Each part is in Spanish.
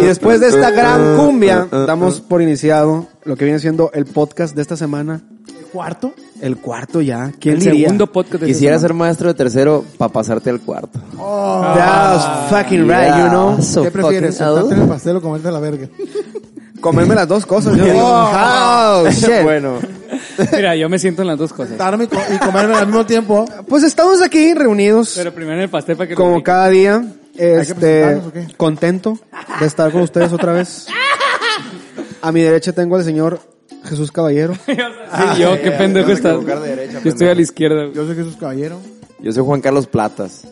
Y después de esta gran cumbia, damos por iniciado lo que viene siendo el podcast de esta semana. ¿El cuarto? El cuarto ya. ¿Quién El diría? segundo podcast de Quisiera esta ser maestro de tercero para pasarte al cuarto. Ah. That's fucking right, you know. So ¿Qué prefieres? fucking ¿Soltarte en out. el pastel o comerte la verga? Comerme las dos cosas. Yo digo, oh, shit. Bueno, semana. Mira, yo me siento en las dos cosas. Darme y co- y comerme al mismo tiempo. Pues estamos aquí reunidos Pero primero en el pastel para que... como cada día. Este, presentarnos o qué? contento de estar con ustedes otra vez. A mi derecha tengo al señor Jesús Caballero. Sí, yo, Ah, qué pendejo me estás. equivocar de derecha, Yo estoy pendejo. a la izquierda. güey. Yo soy Jesús Caballero, yo soy Juan Carlos Platas.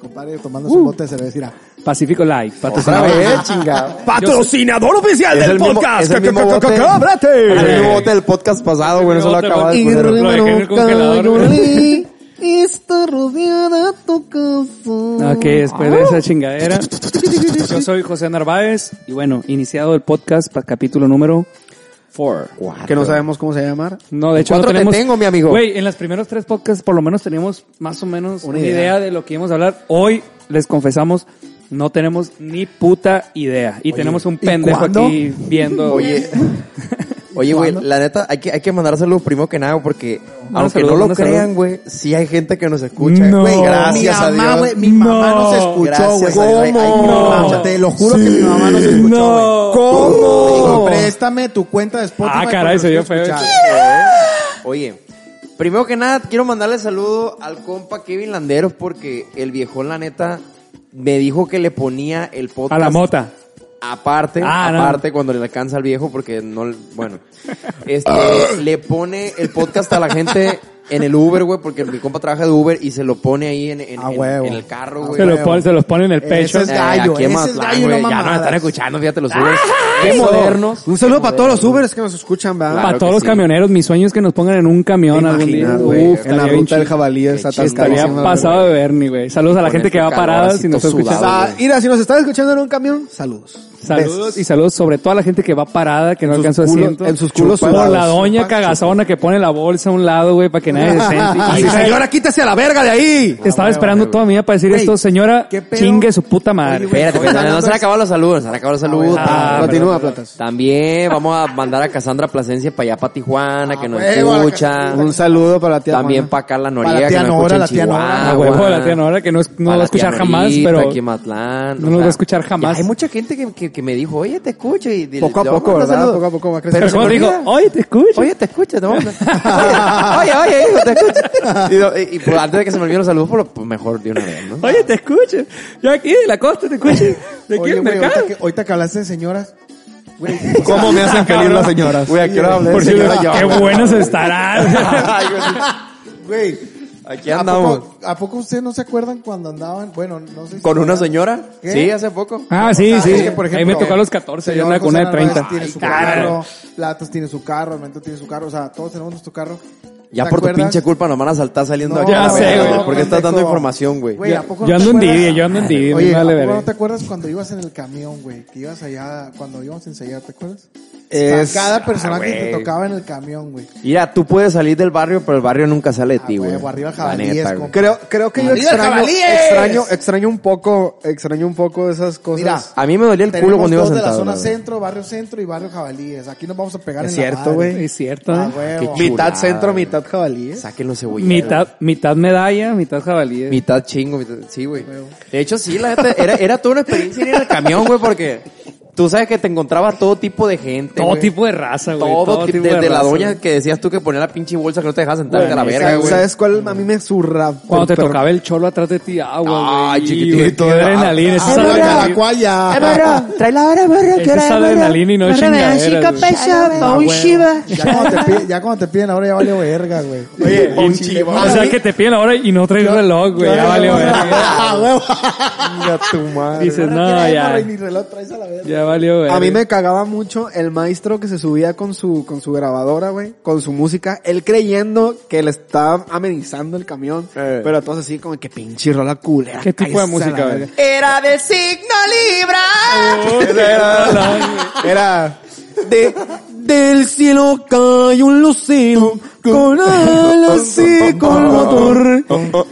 compadre, tomando su bote de cerveza. Mira, Ah, Pacífico Live. Otra vez, chingado. Patrocinador oficial Es el mismo- es el mismo bote. Es el mismo bote del podcast pasado, güey. No se lo Otro acabas de bote. poner. Lo dejé en el congelador, Lloré, está rodeada tu casa. Ok, después de esa chingadera. Yo soy José Narváez y bueno, iniciado el podcast para capítulo número 4. Que no sabemos cómo se va a llamar. No, de hecho Cuatro no te tenemos... tengo, mi amigo. Güey, en los primeros tres podcasts por lo menos teníamos más o menos Una una, idea. idea. de lo que íbamos a hablar. Hoy, les confesamos, no tenemos ni puta idea. Y tenemos un ¿y pendejo cuándo? aquí viendo... Oye. Oye, güey, la neta, hay que, hay que mandárselos primero que nada, porque Manda aunque saludos, no lo manda crean, saludos. güey, sí hay gente que nos escucha. No. Güey, gracias mi a mamá, Dios. güey, mi mamá No. nos escuchó, güey. Gracias a Dios. Ay, ay, ¿Cómo? no. Mamá, Te lo juro que mi mamá nos escuchó, güey. No. Me dijo, ¿Cómo? Préstame tu cuenta de Spotify. Ah, caray, porque se los dio quiero feo. escuchar". Oye, primero que nada, quiero mandarle saludo al compa Kevin Landeros porque el viejo, la neta, me dijo que le ponía el podcast. A la mota. Aparte, Ah, no. aparte cuando le alcanza al viejo porque no, bueno, este, le pone el podcast a la gente en el Uber, güey, porque mi compa trabaja de Uber y se lo pone ahí en, en- Ah, en- huevo. en el carro, Ah, güey. Eh, Se, lo pon- se los pone en el Ese pecho. es gallo, aquí en ese es Mazatlán, gallo, güey, no Ah, Ya no me mamadas. están escuchando, fíjate los Ubers. Qué modernos. Un saludo para todos los Ubers que nos escuchan, ¿verdad? Claro para todos que los sí. camioneros, mi sueño es que nos pongan en un camión Te algún día. imaginas, güey, Uf, en la estaría bien ruta del chido. jabalí está chido. atascadísimo, Estaría la verdad. pasado de Bernie, güey. Saludos a la Con gente que este va calor, parada así si nos está todo escuchando. sudado. Sa- Ah, Mira, si nos estás escuchando en un camión, saludos. Saludos Besos. y saludos sobre todo a la gente que va parada, que no En sus alcanzó culos- asiento. en sus culos Por sudados. la doña Chupa, cagazona que pone la bolsa a un lado, güey, para que nadie se siente. Y Ay, señora, quítese a la verga de ahí. Ah, Estaba esperando toda mi vida para decir Güey, esto, señora, ¿qué pedo? chingue su puta Oye, madre. pues güey, Espérate, espérate, no se han acabado los saludos, se han acabado los saludos. Ah, Continúa, perdón, Platas. También vamos a mandar a Cassandra Plasencia para allá, para Tijuana, que nos Ah, huevo, la escucha. Un saludo para la tía También Juana. para Carla Para la Noriega, tía que nos Nora, escucha en la tía Nora. Chihuahua. Ah, güey, la tía Nora, que no, es- no Para lo va a la tía escuchar jamás, Norita, pero... aquí en Matlán, no o lo va a sea, escuchar jamás. Hay mucha gente que, que, que me dijo, oye, te escucho. Y, y- Poco a yo, poco, manda ¿verdad? saludos. Poco a poco va creciendo. Pero se como me digo, olvida. oye, te escucho. Oye, te escucho, te manda. Oye, oye, hijo, te escucho. Y yo- Y, y, pues, antes de que se me olviden los saludos, pues, pues, mejor de una vez, ¿no? Oye, te escucho. Yo aquí de la costa te escucho. De aquí Oye, güey, del mercado. ahorita que, ahorita que hablaste de señoras, güey, ¿Cómo me hacen feliz las señoras? Güey, ¿a qué hora hablé de Por cierto, señora qué yo? buenos estarán. Ay, güey, sí. güey, Aquí ¿a andamos. poco, ¿a poco ustedes no se acuerdan cuando andaban? Bueno, no sé si ¿Con una señora? ¿Qué? Sí, hace poco. Ah, sí, Ah, sí. es que, por Ahí ejemplo, me tocó a los 14, yo señor andaba con José una de Narváez 30. Tiene su carro, Latas tiene su carro, Armento tiene su carro, o sea, todos tenemos nuestro carro. Ya ¿Te por tu acuerdas? pinche culpa nos van a saltar saliendo No, aquí. a la Ya sé, verga, güey. ¿Por qué estás dando pendejo. información, güey? Güey, ¿a poco Yo no te ando en acuerdas? Didi, yo ando en Didi. Oye, me ¿a vale poco verga. ¿no te acuerdas cuando ibas en el camión, güey? Que ibas allá, cuando íbamos a ensayar, ¿te acuerdas? Es- O sea, cada personaje Ah, que te güey. tocaba en el camión, güey. Mira, tú puedes salir del barrio, pero el barrio nunca sale de ti, Ah, güey. huevo, arriba La jabalíes, neta, compa. güey. Creo, creo que yo ¡Arriba, extraño, jabalíes! extraño, extraño un poco, extraño un poco esas cosas. Ah, Mira, A mí me dolía el culo Tenemos cuando iba dos de sentado. la zona la verdad. centro, barrio centro y barrio jabalíes. Aquí nos vamos a pegar Es en la cierto, madre. güey. Es cierto. Ah, ¿eh? huevo. Qué mitad chulada, centro, güey. mitad ¿eh? jabalíes. Saquen los cebolleros. Mitad, mitad medalla, mitad jabalí. Mitad chingo, mitad... Sí, güey. De hecho, sí, la neta, era, era toda una experiencia ir en el camión, güey, porque Tú sabes que te encontraba todo tipo de gente. Todo Este, güey. tipo de raza, güey. Todo, tipo, de desde la raza, doña güey. que decías tú que ponía la pinche bolsa que no te dejaba sentarte a la Bueno, verga, ¿Sabes, güey. sabes cuál? A mí me zurra. Cuando te pero- tocaba el cholo atrás de ti, agua, güey. Ay, Y, chiquitito, güey, qué eh. adrenalina. Ah, Esa es adrenalina. guaya. trae la hora, barro, Esa es adrenalina y no Barra, me dan chingaderas, cinco güey. pesos pa' un Shiva. Ya cuando, te piden, ya cuando te piden ahora ya valió verga, güey. Oye, y- o sea que te piden ahora y no traes reloj, güey. Ya valió verga. Mira tu madre. Dices, Ahora no, que hay ya. barra y Ni reloj traes a la verga. Ya valió verga. A mí me cagaba mucho el maestro que se subía con su, con su grabadora, güey, con su música, él creyendo que le estaba amenizando el camión, Eh. pero entonces así como que pinche rola culera. ¿Qué cállese tipo de a la música, verga. güey? Era del signo Libra. Era de, del cielo cae un lucero con alas y con motor.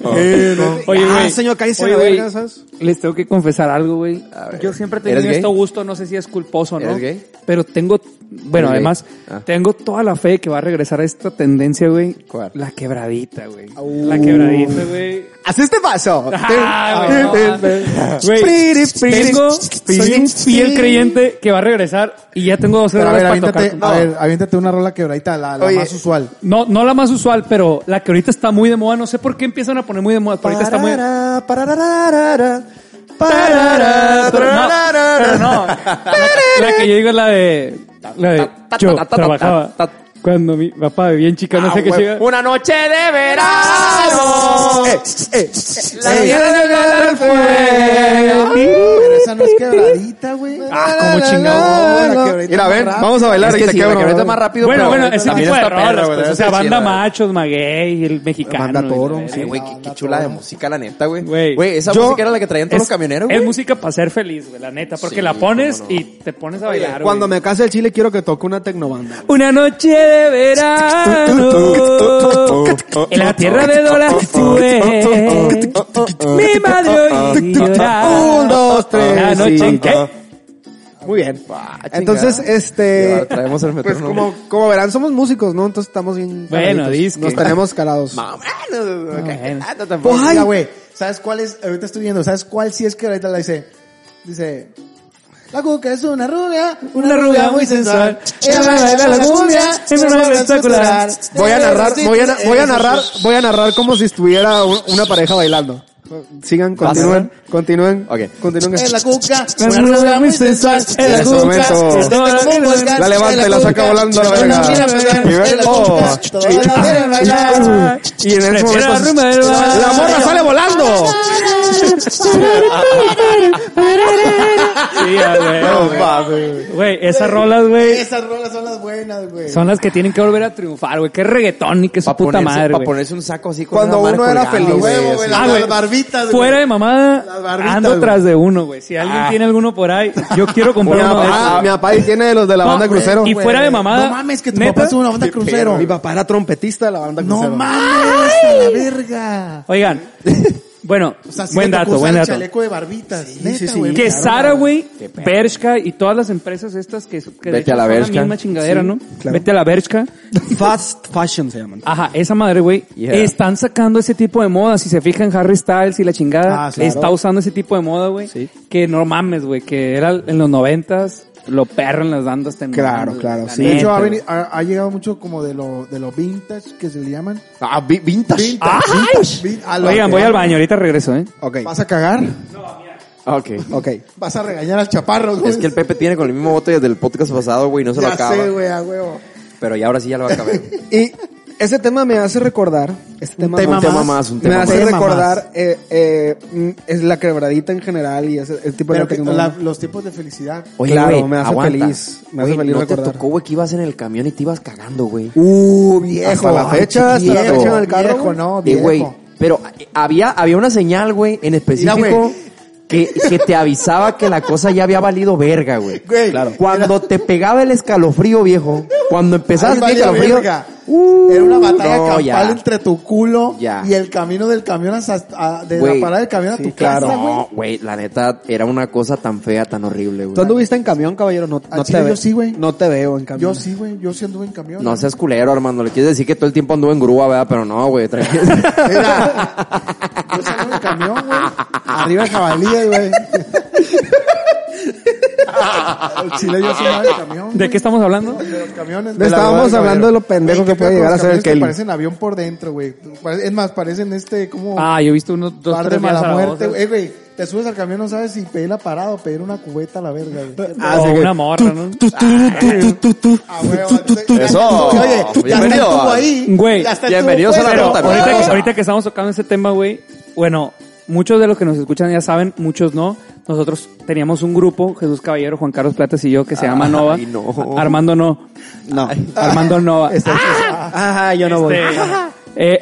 Oye, Ah, güey. señor, cállese Oye, la güey, verga, ¿sabes? Les tengo que confesar algo, güey. A ver. Yo siempre he ¿Eres tenido gay? este gusto, no sé si es culposo o no. ¿Eres gay? Pero tengo, bueno, ¿Eres gay? además, Ah. tengo toda la fe de que va a regresar a esta tendencia, güey. ¿Cuál? La quebradita, güey. La quebradita, güey. Así te pasó. Ah, güey, no, Ten- mames. Pretty, pretty, Tengo, soy un fiel creyente que va a regresar y ya tengo dos Pero a horas ver, para tocar. aviéntate, a ver, aviéntate una rola quebradita, la, la Oye. más usual. No, no la más usual, pero la que ahorita está muy de moda. No sé por qué empiezan a poner muy de moda. pero ahorita está muy. Parará, parararara, parará, Pero no, pero no. La, la que yo digo es la de. La de. Yo trabajaba. Cuando mi papá vivía en Chicago, no sé qué Ah, güey. llega. Una noche de Eh, verano. Eh, La quiero llegar al fuego. Pero esa no es quebradita, güey. Ah, como chingado. La quebradita Mira, más ven, rara. vamos a bailar Es y que te sí, quebro. la quebreta es más rápido. Bueno, pero bueno, ese también tipo de está perra, rolas, güey, pues, esa o sea, está banda chida. machos, maguey, el mexicano. Banda y la Toro, verga. Sí, güey, qué, qué chula de música, la neta, güey. Güey. Güey, esa Yo- música era la que traían todos los Es- camioneros, Es güey. música para ser feliz, güey, la neta. Porque Sí, la pones cómo no. y te pones a bailar. Cuando güey. me case el Chile quiero que toque una tecnobanda. Una noche de verano En la tierra de dólares tuve Mi madre oí llorar Un, dos, tres, Una noche en y- que Muy bien. Ah, chingada. Entonces, Ya, este... traemos el Pues metrónomo. como, como verán, somos músicos, ¿no? Entonces estamos bien... Bueno, caladitos. disque. Nos tenemos calados. Ah, bueno, ok, bueno. ah, no, tampoco. Pues, ay. Mira, güey, ¿sabes cuál es? Ahorita estoy viendo, ¿sabes cuál sí es quebradita? La dice, dice, la cuca es una rubia, Una rubia muy sensual Ella baila la cumbia Es una mujer espectacular Voy a narrar, voy a, eh, voy a narrar, voy a narrar como si estuviera un- una pareja bailando. Sigan, continúen, continúen, Ok. continúen. Es la cuca, Una rubia muy sensual En la En ese cumbia momento. es toda la vida. La levanta y la saca volando a la verga. Y ve- oh. Y en ese momento- momento La morra sale volando. Güey, esas rolas, güey Esas rolas son las buenas, güey. Son las que tienen que volver a triunfar, güey. Qué reggaetón y qué su Para puta ponerse, madre, pa' güey. ponerse un saco así con Cuando una uno mano era colgando, feliz. güey, así. Ah, güey. barbitas, Fuera de Las mamada, barbitas, ando güey. Ah. tras de uno, güey. Si alguien tiene alguno por ahí, yo quiero comprar Mi uno de papá, esos. mi papá y tiene de los de la No, banda güey, crucero. y fuera de mamada. No mames, que tu ¿neta? papá es una banda crucero. Mi papá era trompetista de la banda No crucero. mames, a la verga. Oigan, bueno, O sea, sí buen me tocó dato, usar buen el dato. chaleco de barbitas. neta, sí, sí. güey, Que claro, Sara, güey, Qué pedo. Bershka y todas las empresas estas que, que de Vete hecho a la son Bershka. misma chingadera, Sí, ¿no? claro. Vete a la Bershka. Fast fashion se llaman. Ajá, esa madre, güey. Yeah. Están sacando ese tipo de moda. Si se fijan, Harry Styles y la chingada Ah, claro. está usando ese tipo de moda, güey. Sí. Que no mames, güey. Que era en los noventas, lo perro en las bandas temblantes, Claro, güey, claro, la sí. De neta, hecho, ha, güey. veni- ha- ha llegado mucho como de lo, de lo vintage que se le llaman. Ah, vi- vintage. Vintage. vintage. Vin- a lo- Oigan, voy al baño, ahorita regreso, ¿eh? Ok, ¿Vas a cagar? Ah, ok. ok. ¿Vas a regañar al chaparro, güey? Es que el Pepe tiene con el mismo bote desde el podcast pasado, güey, no se lo Ya acaba. sé, güey, a huevo. pero ya ahora sí ya lo va a acabar. Y ese tema me hace recordar, este tema, tema un tema más, un tema me más. hace Tema recordar, eh, eh, mm, es la quebradita en general y ese el tipo Pero de que- tecnología. la- los tipos de felicidad. Claro, güey, me hace aguanta. feliz, me hace Güey, feliz no recordar. te tocó, güey, que ibas en el camión y te ibas cagando, güey. Uh, viejo. Hasta la Ay, fecha, hasta la viejo, fecha en el carro. viejo, güey. no, Eh, viejo. güey, pero eh, había, había una señal, güey, en específico Mira, güey. que, que te avisaba que la cosa ya había valido verga, güey. Güey, Claro. Cuando te pegaba el escalofrío, viejo, cuando empezabas Ahí a sentir valió escalofrío, verga. uh, Era una batalla no, campal ya. entre tu culo Ya. y el camino del camión hasta, a- de Güey. la parada del camión a tu casa, güey. No, güey, la neta era una cosa tan fea, tan horrible, ¿Tú güey. anduviste en camión, caballero? No, Al no te chile veo. yo sí, güey. No te veo en camión. Yo sí, güey, yo sí anduve en camión. No seas culero, Armando. Le quieres decir que todo el tiempo anduve en grúa, ¿verdad? Pero no, güey. tranquilo. Yo sí anduve en camión, güey. Arriba de jabalí, güey. El chile yo soy más de camión. ¿De qué estamos hablando? De los camiones. Le estábamos hablando de lo pendejo Güey, qué que puede pedo con llegar a los ser el camiones que Kelly. Parecen avión por dentro, güey. Pare- Es más, parecen este como Ah, yo he visto unos dos, bar de tres días a mala la muerte, otra. güey. Eh, güey, te subes al camión, no sabes si pedir la parada o pedir una cubeta a la verga, güey. Ah, Así o que- una morra, ¿no? Ah, güey, antes- Eso. Oye, ya está Bienvenido. estuvo ahí. Güey, Ya está bienvenidos estuvo, a la pero- ruta, pero- ¿no? Ahorita que, ahorita que estamos tocando ese tema, güey, bueno, muchos de los que nos escuchan ya saben, muchos no. Nosotros teníamos un grupo, Jesús Caballero, Juan Carlos Platas y yo, que se llama Nova. Ay, no. Armando no. No. Armando Nova. Ah, Ajá, ah, yo este, no voy. Este, eh,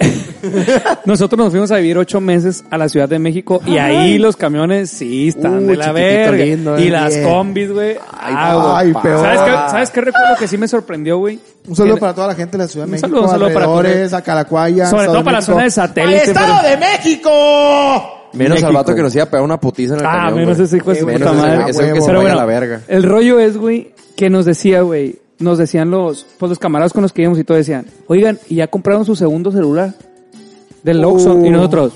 nosotros nos fuimos a vivir ocho meses a la Ciudad de México y ahí los camiones sí están Uh, de la chiquitito, verga. lindo, y eh, las bien. combis, güey. Ah, Ay, güey. peor. ¿Sabes qué, ¿Sabes qué recuerdo que sí me sorprendió, güey? Un saludo Que- para toda la gente de la Ciudad de Un México, saludo, un saludo para alrededores, a Calacuaya, Sobre todo para la zona de satélite. pero- de México! Menos al México. vato que nos iba a pegar una putiza en el Ah, camión. menos güey. ese hijo de su Menos puta ese- madre. Ese que se Pero vaya a bueno, la verga. el rollo es, güey, que nos decía, güey, nos decían los, pues los camaradas con los que íbamos y todo decían, oigan, y ya compraron su segundo celular del Oxxo. Uh. Y nosotros,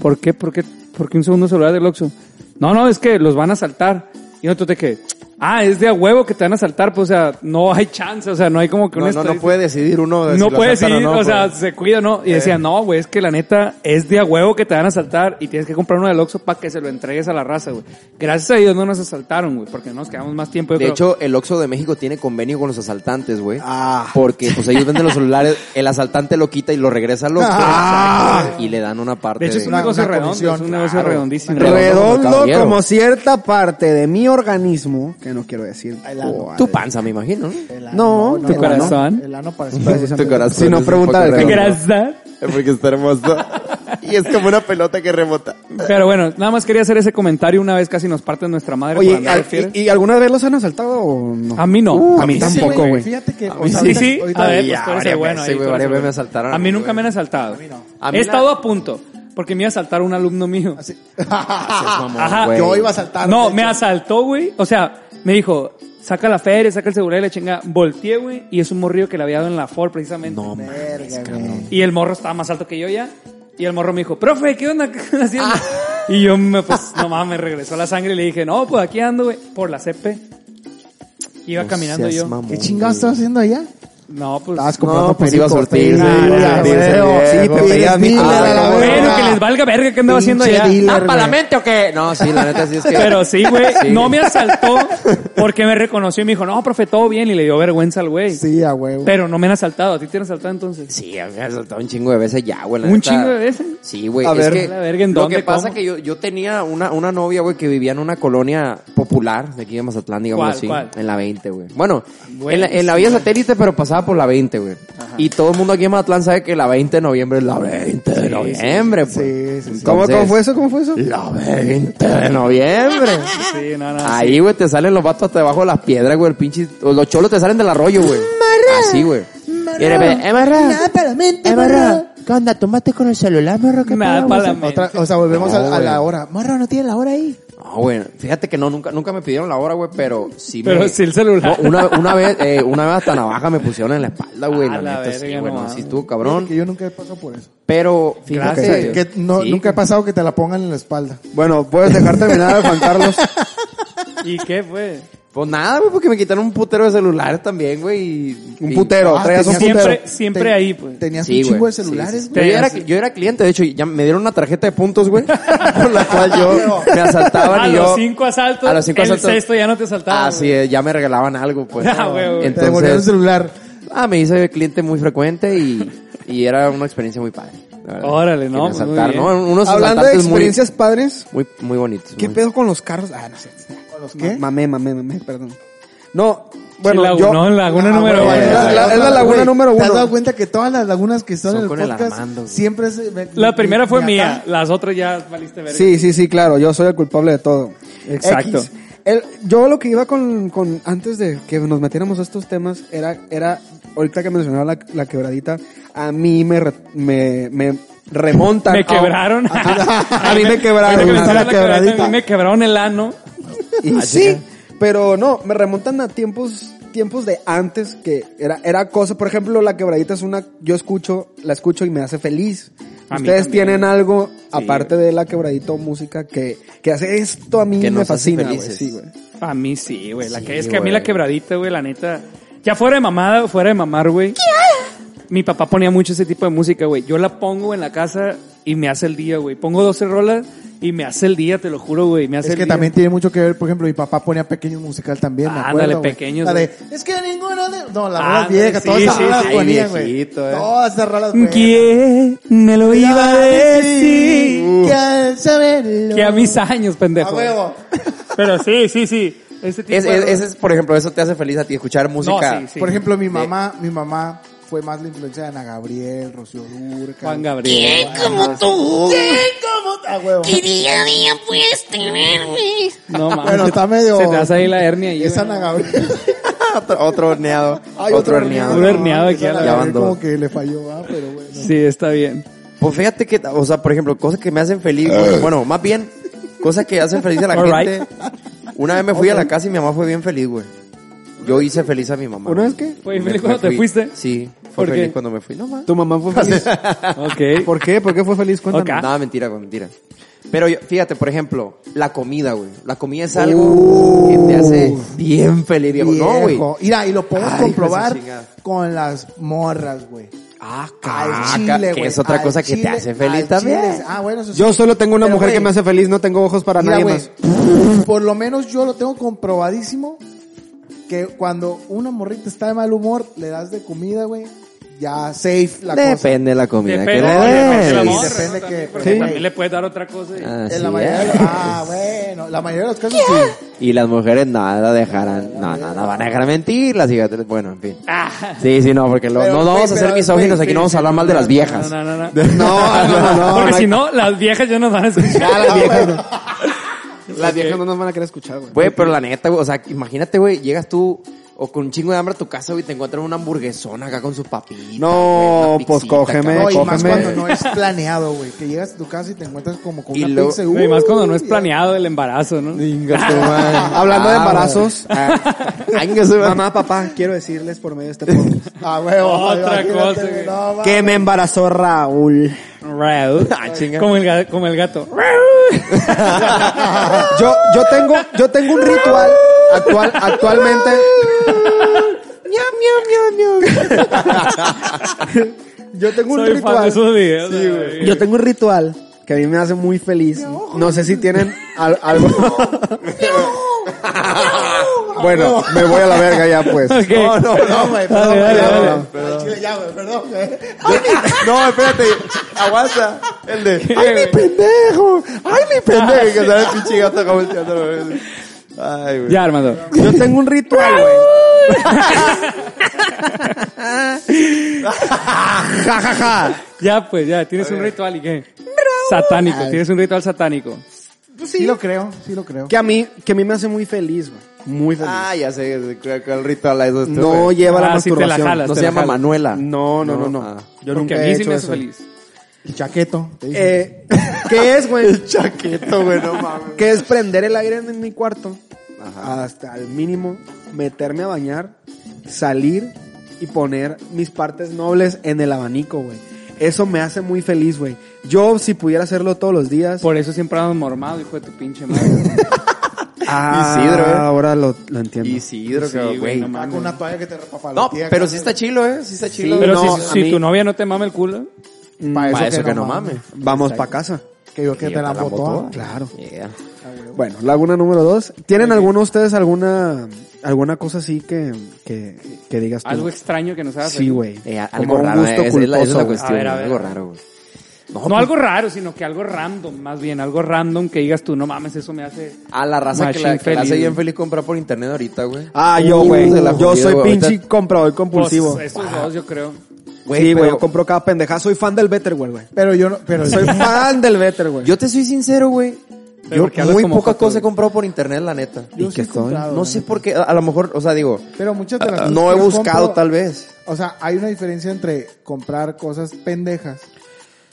¿por qué? ¿Por qué? ¿Por qué un segundo celular del Oxxo? No, no, es que los van a saltar. Y nosotros de que, ah, es de a huevo que te van a saltar, pues o sea, no hay chance, o sea, no hay como que No, una no, no estadística. puede decidir uno. de No si lo puede aceptan decidir, no, o sea, pues. se cuida, ¿no? Y decía, no, güey, es que la neta es de a huevo que te van a asaltar y tienes que comprar uno del Oxxo para que se lo entregues a la raza, güey. Gracias a Dios no nos asaltaron, güey, porque no nos quedamos más tiempo. yo De creo. hecho, el Oxxo de México tiene convenio con los asaltantes, güey. Ah. Porque pues ellos venden los celulares, el asaltante lo quita y lo regresa al Oxxo. Ah. Y le dan una parte de hecho es un de- negocio una redondo, comisión, es un negocio claro. redondísimo. Redondo caballero. como cierta parte de mi organismo, que no quiero decir. cuál. Tu panza, me imagino. ¿no? El No, tu corazón. El ano parece. Tu corazón Si no, es un pregunta poco de- redondo. Gracias. Porque está hermoso. Y es como una pelota que rebota. Pero bueno, nada más quería hacer ese comentario una vez casi nos parten nuestra madre. por Oye, andar de ¿y- fieles. ¿y, y alguna vez los han asaltado o no? a mí no. Uh, a mí tampoco, güey. Fíjate que. o mí sea, Sí, ahorita- sí. ahorita- A ver, ya, pues tú eres varias el bueno. veces, ahí, tú güey, eres varias veces el me bueno. asaltaron a A mí mí, nunca güey. me han asaltado. A mí He la- estado a punto. Porque me iba a asaltar un alumno mío. Así- Ah, Ajá. güey. Yo iba a saltar. No, de me hecho. asaltó, güey. O sea, me dijo, saca la feria, saca el seguro y la chinga. Volteé, güey, y es un morrillo que le había dado en la Ford precisamente. Verga, güey. Y el morro estaba más alto que yo ya. Y el morro me dijo, profe, ¿qué onda? ¿Qué andas haciendo? Ah. Y yo, me, pues, no mames, me regresó la sangre y le dije, no, pues aquí ando, güey, por la CP. Iba caminando yo. ¿Qué chingados estás haciendo allá? No, pues. Estabas comprando No, pues iba a perico, sortir, güey. güey. Ah, Sortirse güey, el sí, Diego. te Pedí pides a mi- dealer a la Ah, verga. Pero que les valga verga que andaba haciendo Pinche allá. dealer, Ah, güey. ¿palamento o qué? No, sí, la neta sí es que... Pero sí, güey, Sí. no me asaltó porque me reconoció y me dijo, no, profe, todo bien. Y le dio vergüenza al güey. Sí, a huevo. Pero no me han asaltado. ¿A ti te han asaltado entonces? Sí, me ha saltado un chingo de veces ya, güey. la ¿Un neta. chingo de veces? Sí, güey. A es ver. que La verga, ¿en lo dónde? que pasa ¿Cómo? que yo, yo tenía una, una novia, güey, que vivía en una colonia popular de aquí de Mazatlán, digamos ¿Cuál, así. cuál? En la 20, güey. Bueno, en la, en la vía satélite, pero pasaba por la 20, güey. Y todo el mundo aquí en Mazatlán sabe que la 20 de noviembre es la 20 de noviembre, pues. sí, sí. ¿Cómo, Entonces, ¿Cómo fue eso? ¿Cómo fue eso? La 20 de noviembre. Sí, no, no. Ahí, güey, te salen los vatos hasta debajo de las piedras, güey, el pinche... o Los cholos te salen del arroyo, güey. Así, güey. Y de repente, "Eh, Marra, Nada, para mente, morro. ¿Qué onda? ¿Tomaste con el celular, morro? ¿Qué Nada, pedo? para la mente. Otra, o sea, volvemos No, a, a güey. la hora. Morro, no tiene la hora ahí. No, güey, fíjate que no, nunca, nunca me pidieron la hora, güey, pero sí me... Pero sí el celular. No, una, una vez, eh, una vez hasta navaja me pusieron en la espalda, güey, A la, la neta, sí, verga, güey, no no, mames. sí estuvo cabrón. Que yo nunca he pasado por eso. Pero, O fíjate... sea, Gracias, que no, sí, nunca he pasado que te la pongan en la espalda. Bueno, puedes dejar terminar a Juan Carlos. ¿Y qué fue? Pues nada, güey, porque me quitaron un putero de celular también, güey, y... Un y- putero, Ah, traías un tenías- putero. Siempre, siempre Te- ahí, pues. Tenías Sí, un chingo güey, de celulares, sí, sí. güey. Yo era, yo era cliente, de hecho, ya me dieron una tarjeta de puntos, güey, con la cual yo me asaltaban A y yo... los cinco asaltos, a los cinco el asaltos. sexto ya no te asaltaban. Así es, ya me regalaban algo, pues. Ah, güey, güey. Te devolvieron el Entonces, celular. ah, me hice cliente muy frecuente y, y era una experiencia muy padre. la verdad. Órale, Que no, me pues, asaltaron, muy ¿no? Unos Hablando de asaltantes muy- experiencias padres, muy, muy, bonitos. ¿qué muy- pedo con los carros? Ah, no sé. ¿Qué? Mamé, mamé, mamé, perdón. No, bueno, Sí, yo... lagunón, Ah, laguna Eh, número güey, uno. es la- es la laguna Güey, número ¿Te has uno. dado cuenta que todas las lagunas que están Son en el con el podcast Armando, güey. siempre es... me- La me- primera me- fue me mía, ataca. las otras ya valiste verga. Sí, sí, sí, claro, yo soy el culpable de todo. este Exacto. X. El- yo lo que iba con, con antes de que nos metiéramos a estos temas era, era ahorita que mencionaba la, la quebradita, a mí me, re- me, me remonta. Me Ah, quebraron. A, a mí me quebraron. Ahorita que me a sale la la quebradita, quebradita. A mí me quebraron el ano. Y sí, pero no, me remontan a tiempos tiempos de antes que era, era cosa, por ejemplo, la quebradita es una, yo escucho, la escucho y me hace feliz. A mí Ustedes también. tienen algo, aparte de la quebradita o música, que, que hace esto a mí Que me nos hace fascina, güey, felices. sí, güey. A mí sí, güey. La Sí, que es que a mí la güey. quebradita, güey, la neta. Ya fuera de mamada, fuera de mamar, güey. Mi papá ponía mucho ese tipo de música, güey. Yo la pongo en la casa y me hace el día, güey. Pongo 12 rolas y me hace el día, te lo juro, güey. Me hace Es el que día. también tiene mucho que ver, por ejemplo, mi papá ponía pequeños musical también, me Ah, acuerdo, ándale, güey. pequeños, La de, güey. es que ninguno de... No, la Ah, rola vieja, sí, todas esas sí, rolas sí. ponían, Ay, Ah, güey. viejito, eh. Todas esas rolas ponían. ¿Quién me lo iba a decir? Que al saberlo... Que a mis años, pendejo. A huevo. Pero sí, sí, sí. Ese tipo Es, de- es- ese es, por ejemplo, eso te hace feliz a ti, escuchar música. sí, sí. Por ejemplo, mi mamá, mi mamá fue más la influencia de Ana Gabriel, Rocío Durca. Juan Gabriel. Como tú ¿Cómo? A huevo. que día a día puedes tenerme. No mames. Bueno, se- está medio- Se te hace ahí la hernia. ahí, Es güey. Ana Gabriel. otro, otro horneado. otro, horneado. Puro herniado aquí a la- Ya Ya van dos. Como que le falló, ah, pero bueno. Sí, está bien. Pues fíjate que, o sea, por ejemplo, cosas que me hacen feliz, bueno, bueno, más bien, cosas que hacen feliz a la Alright. gente. Una vez me fui a la casa y mi mamá fue bien feliz, güey. Yo hice feliz a mi mamá. ¿Una güey. vez qué? ¿Fue Me- me feliz cuando te fui. fuiste? Sí, fue ¿Por feliz qué? cuando me fui. No, ma. Tu mamá fue feliz. Ok. ¿Por qué? ¿Por qué fue feliz? Cuéntame. Ok. Nada, mentira, güey, mentira. Pero yo- fíjate, por ejemplo, la comida, güey. La comida es algo que te hace bien feliz, viejo. No, güey. Viejo. Mira, y lo podemos Ay, pues, hijo de su comprobar chingada. con las morras, güey. Ah, Al caca, chile, que güey. es otra Al cosa que te chile, hace feliz al también. chile. Ah, bueno, eso sí. Yo solo tengo una Pero, mujer que güey, me hace feliz, no tengo ojos para Mira, nadie güey, más. Por lo menos yo lo tengo comprobadísimo que cuando una morrita está de mal humor, le das de comida, güey, ya safe la cosa. Depende de la comida Depende, que le depende de la des. morra, Depende ¿no? que- También, porque sí. también le puedes dar otra cosa. y- Así En la mayoría de es. los- ah, bueno, la mayoría de los casos sí. Y las mujeres nada dejarán, no, no, no van a dejar mentir las hijas. Bueno, en fin. Sí, sí, no, porque lo- Pero, no, no güey, vamos a ser pero, misóginos güey, aquí, no vamos a hablar mal de las viejas. No, no, no. No, no, no. Porque no, si no, las viejas ya nos van a escuchar. las viejas no. Las viejas no nos van a querer escuchar, güey. Güey, pero la neta, güey, o sea, imagínate, güey, llegas tú o con un chingo de hambre a tu casa, güey, te encuentran una hamburguesona acá con su papita. No, güey, una pues, pizzita, cógeme, cabrón. No, y más cógeme. cuando no es planeado, güey. Que llegas a tu casa y te encuentras como con Y una luego- pizza. y, uh, Y más cuando no es uy, planeado el embarazo, ¿no? Hablando Ah, de embarazos, Ay, que se- mamá, papá, quiero decirles por medio de este podcast Ah, huevo. Otra imagínate, cosa, güey, güey. no, va. que me embarazó Raúl. Raúl. Ah, chinga. Como el, ga- como el gato. Yo, yo tengo, yo tengo un ritual actual, actualmente. Yo tengo un Soy fan de ritual. esos videos. Sí, güey. güey. Yo tengo un ritual que a mí me hace muy feliz. No sé si tienen al- algo. Bueno, me voy a la verga ya, pues. Ok. No, no, no, güey. Dale, perdón, dale, dale. perdón, perdón. Al chile, ya, güey, perdón, güey. No, espérate, aguanta. El de, ay, mi pendejo, ay, mi pendejo. Que sale el pinche gato acá volteando, güey. Ay, güey. Ya, Armando. Yo tengo un ritual, güey. Ja, ja, ja. Ya, pues, ya. Tienes un ritual y qué. Satánico. Tienes un ritual satánico. Sí Pues lo creo, sí lo creo. Que a mí, que a mí me hace muy feliz, güey. Muy feliz. Ah, ya sé, ya sé, creo que el ritual a eso. no lleva la Ah, sí te la masturbación. jalas. No te se la llama jalo. Manuela. No, no, no, no. ah. Yo Porque nunca a he mí sí hecho me hace eso. feliz. El chaqueto. te dije. Eh, ¿Qué es, güey? Chaqueto, güey, no mames. Que es prender el aire en mi cuarto Ajá. hasta el mínimo, meterme a bañar, salir y poner mis partes nobles en el abanico, güey. Eso me hace muy feliz, güey. Yo, si pudiera hacerlo todos los días, Por eso siempre andamos mormado, hijo de tu pinche madre. Ah, Isidro, ¿eh? ahora lo, lo entiendo. Isidro, Sí, cabrón, güey. no No, Ah, mames. con una toalla que te repapa pero sí está chilo, eh. Sí está chilo. Pero no, si- a si, mí- tu novia no te mama el culo, Mm, Para eso que no mames. Vamos para casa. Que yo que te la botó. Claro. Yeah. Bueno, laguna número dos. ¿Tienen alguno de ustedes alguna alguna cosa así que, que, que digas tú? algo extraño que nos haga Sí, feliz. güey. Eh, Como algo un raro, eh, gusto esa es la- esa es culposo, la güey. cuestión. A ver, a ver. Algo raro, güey. No algo raro, sino que algo random, más bien, algo random que digas tú, no mames, eso me hace... A la raza que la, Machín que la hace feliz, bien güey. feliz comprar por internet ahorita, güey. Ah, yo, güey. se la yo jodí, soy güey. pinche Ahorita- comprador compulsivo. Pues, esos dos, yo creo. sí, güey, pero- yo compro cada pendeja. Soy fan del Better, World, güey. Pero yo no, pero Soy fan del Better, güey. Yo te soy sincero, güey. Pero Yo porque hablas muy como poca joto, cosa he güey. comprado por internet, la neta. Yo sí he comprado, No la sé neta. por qué, a, a lo mejor, o sea, digo, Pero muchas de las ah, cosas no he que yo buscado compro- tal vez. O sea, hay una diferencia entre comprar cosas pendejas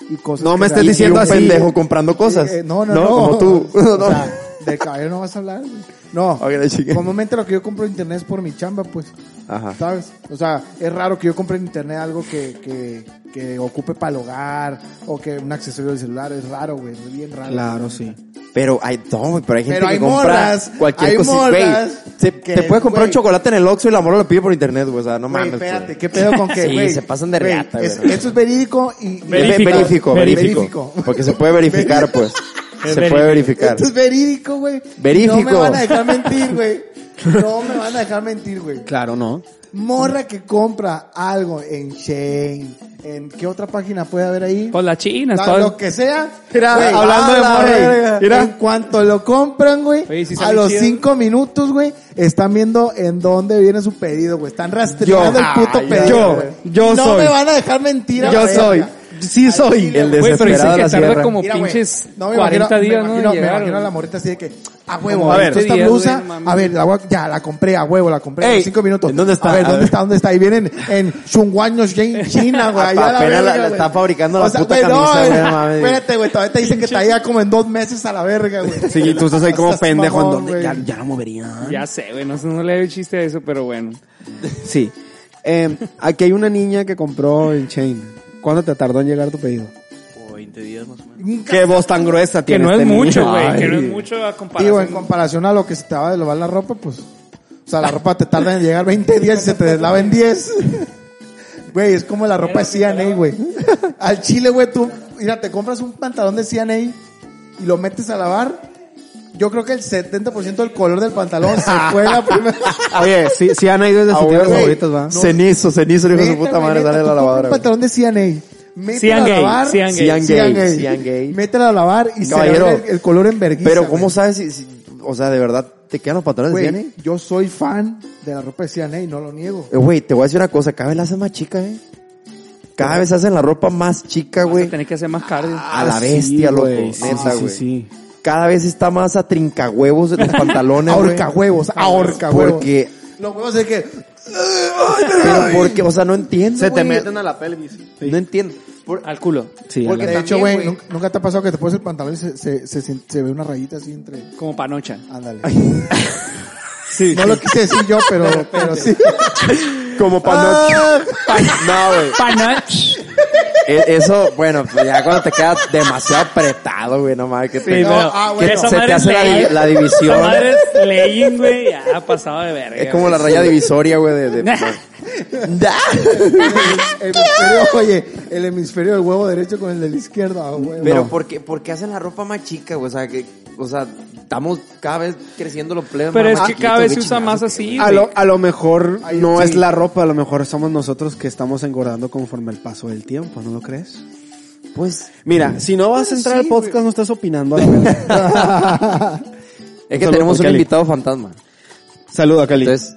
y cosas No que me estés realmente- diciendo Y un así. pendejo comprando cosas. Eh, eh, no, no, Como tú. O sea, Del caballero no vas a hablar, güey. No. Ok, la chica. Comúnmente lo que yo compro en internet es por mi chamba, pues. Ajá. ¿Sabes? O sea, es raro que yo compre en internet algo que, que, que ocupe para el hogar o que un accesorio del celular. Es raro, güey. Es bien raro. Claro, sí. Pero hay, no, güey, pero hay gente Pero hay que compra morras, hay cualquier cosa. güey. morras Se- que, te puedes comprar güey. un chocolate en el Oxxo y la morra lo pide por internet, güey. O sea, no Güey, mames. espérate, güey. ¿qué pedo con que, Sí, güey? se pasan de Güey, reata, es- güey. Esto es verídico y... y- Ve- Verifico, verifico, Porque se puede verificar, pues. se puede verificar. Esto es verídico, güey. Verífico. No me van a dejar mentir, güey. No me van a dejar mentir, güey. Claro, ¿no? Morra que compra algo en Shane, en qué otra página puede haber ahí. Pues la china, La- todo. Ah, lo que sea. Mira, güey, hablando de a la morra, verga. mira. En cuanto lo compran, güey, Oye, sí a sale los chido. cinco minutos, güey, están viendo en dónde viene su pedido, güey. Están rastreando Yo. el puto Ay, pedido. yo. güey. Yo no soy. me van a dejar mentir. a la Yo verga. soy. Sí soy. El Güey, pero dicen desesperado que la tarda cierra. como Mira, güey, pinches no me 40 imagino, días, me ¿no? imagino, de me llegar, imagino a güey. la morrita así de que, a huevo, Como a a ver, ver. esta 20 días, blusa, güey, no mames. a ver, la voy a- ya la compré, a huevo, la compré Ey, en cinco minutos. ¿en dónde está? A ver, A ¿dónde ver. está? ¿Dónde está? Ahí vienen en Shunguanyo, China, güey. allá Apenas la- verga, la güey. está fabricando la puta güey, camisa, güey, güey, no mames. Espérate, güey, todavía te dicen que está ya como en dos meses a la verga, güey. Sí, y tú estás ahí como Estás pendejo en mamón, donde güey. ya, ya no movería. Ya sé, güey, no, sé, no le doy chiste a eso, pero bueno. Sí. Eh, aquí hay una niña que compró en Chain. ¿Cuándo te tardó en llegar tu pedido? 20 días más o menos. Qué voz tan gruesa Que tiene no es este niño. mucho, güey, que no es Ay. mucho a Digo, en comparación. comparación a lo que se te va a deslovar la ropa, pues. O sea, la ropa te tarda en llegar 20 días y se te deslava en 10. Güey, es como la ropa de CNA, güey. Al chile, güey, tú, mira, te compras un pantalón de CNA y lo metes a lavar. Yo creo que el 70% del color del pantalón se fue la primera. Oye, sí, sí han ido desde Ah, sus güey, tiendas güey. favoritas, ¿va? Cenizo, cenizo, hijo de su Neta, puta güey, madre, neta, sale tú la compras lavadora. Un güey. pantalón de CNA. Mételo a Cian gay, lavar. cian gay. Cian Cian gay, cian gay. Mételo a lavar y se Caballero, ve el, el color en vergüenza. Pero, ¿cómo sabes si, si- o sea, de verdad, te quedan los pantalones eh? de Güey, Ciani? yo soy fan de la ropa de CNA y no lo niego. Eh, Güey, te voy a decir una cosa, cada vez la hacen más chica, eh. Cada vez hacen la ropa más chica, Vas a güey. Ah, tener que hacer más cardio. A la bestia, loco. Neta, güey. sí. Cada vez está más a trincahuevos de los pantalones, güey. Ahorca huevos, ahorca huevos. Porque, Los huevos es que pero porque, o sea, no entiendo, Se te güey. meten a la pelvis. No entiendo. Por- Al culo. Sí, Porque- De también, hecho, güey, güey. nunca, nunca te ha pasado que te pones el pantalón y se, se, se, sien- se ve una rayita así entre. Como panocha. Ándale. Sí. No lo quise decir yo, pero, pero sí. Como para Ah. No, güey. Panocha. E- Eso, bueno, pues ya cuando te queda demasiado apretado, güey, no mames, que te, Sí, pero ah, que bueno. se te hace la, di- la división. Esa madre es leying, güey, ya ha pasado de verga. Es como la raya divisoria, güey, de... de- Da. El hemisferio, oye, el hemisferio del huevo derecho con el del izquierdo. ah, güey. Pero No. ¿por qué, por qué hacen la ropa más chica, güey? O sea, que, o sea, estamos cada vez creciendo los plebes Pero más es que chiquitos, cada vez güey, se usa chingados, más que- así, A Ah, güey. lo, a lo mejor Ay, no sí. es la ropa, a lo mejor somos nosotros que estamos engordando conforme el paso del tiempo, ¿no lo crees? Pues, Mira, si no vas a entrar al podcast, no estás opinando. a la verga. es que Solo tenemos por un Cali. invitado fantasma. Saluda, Cali. Entonces,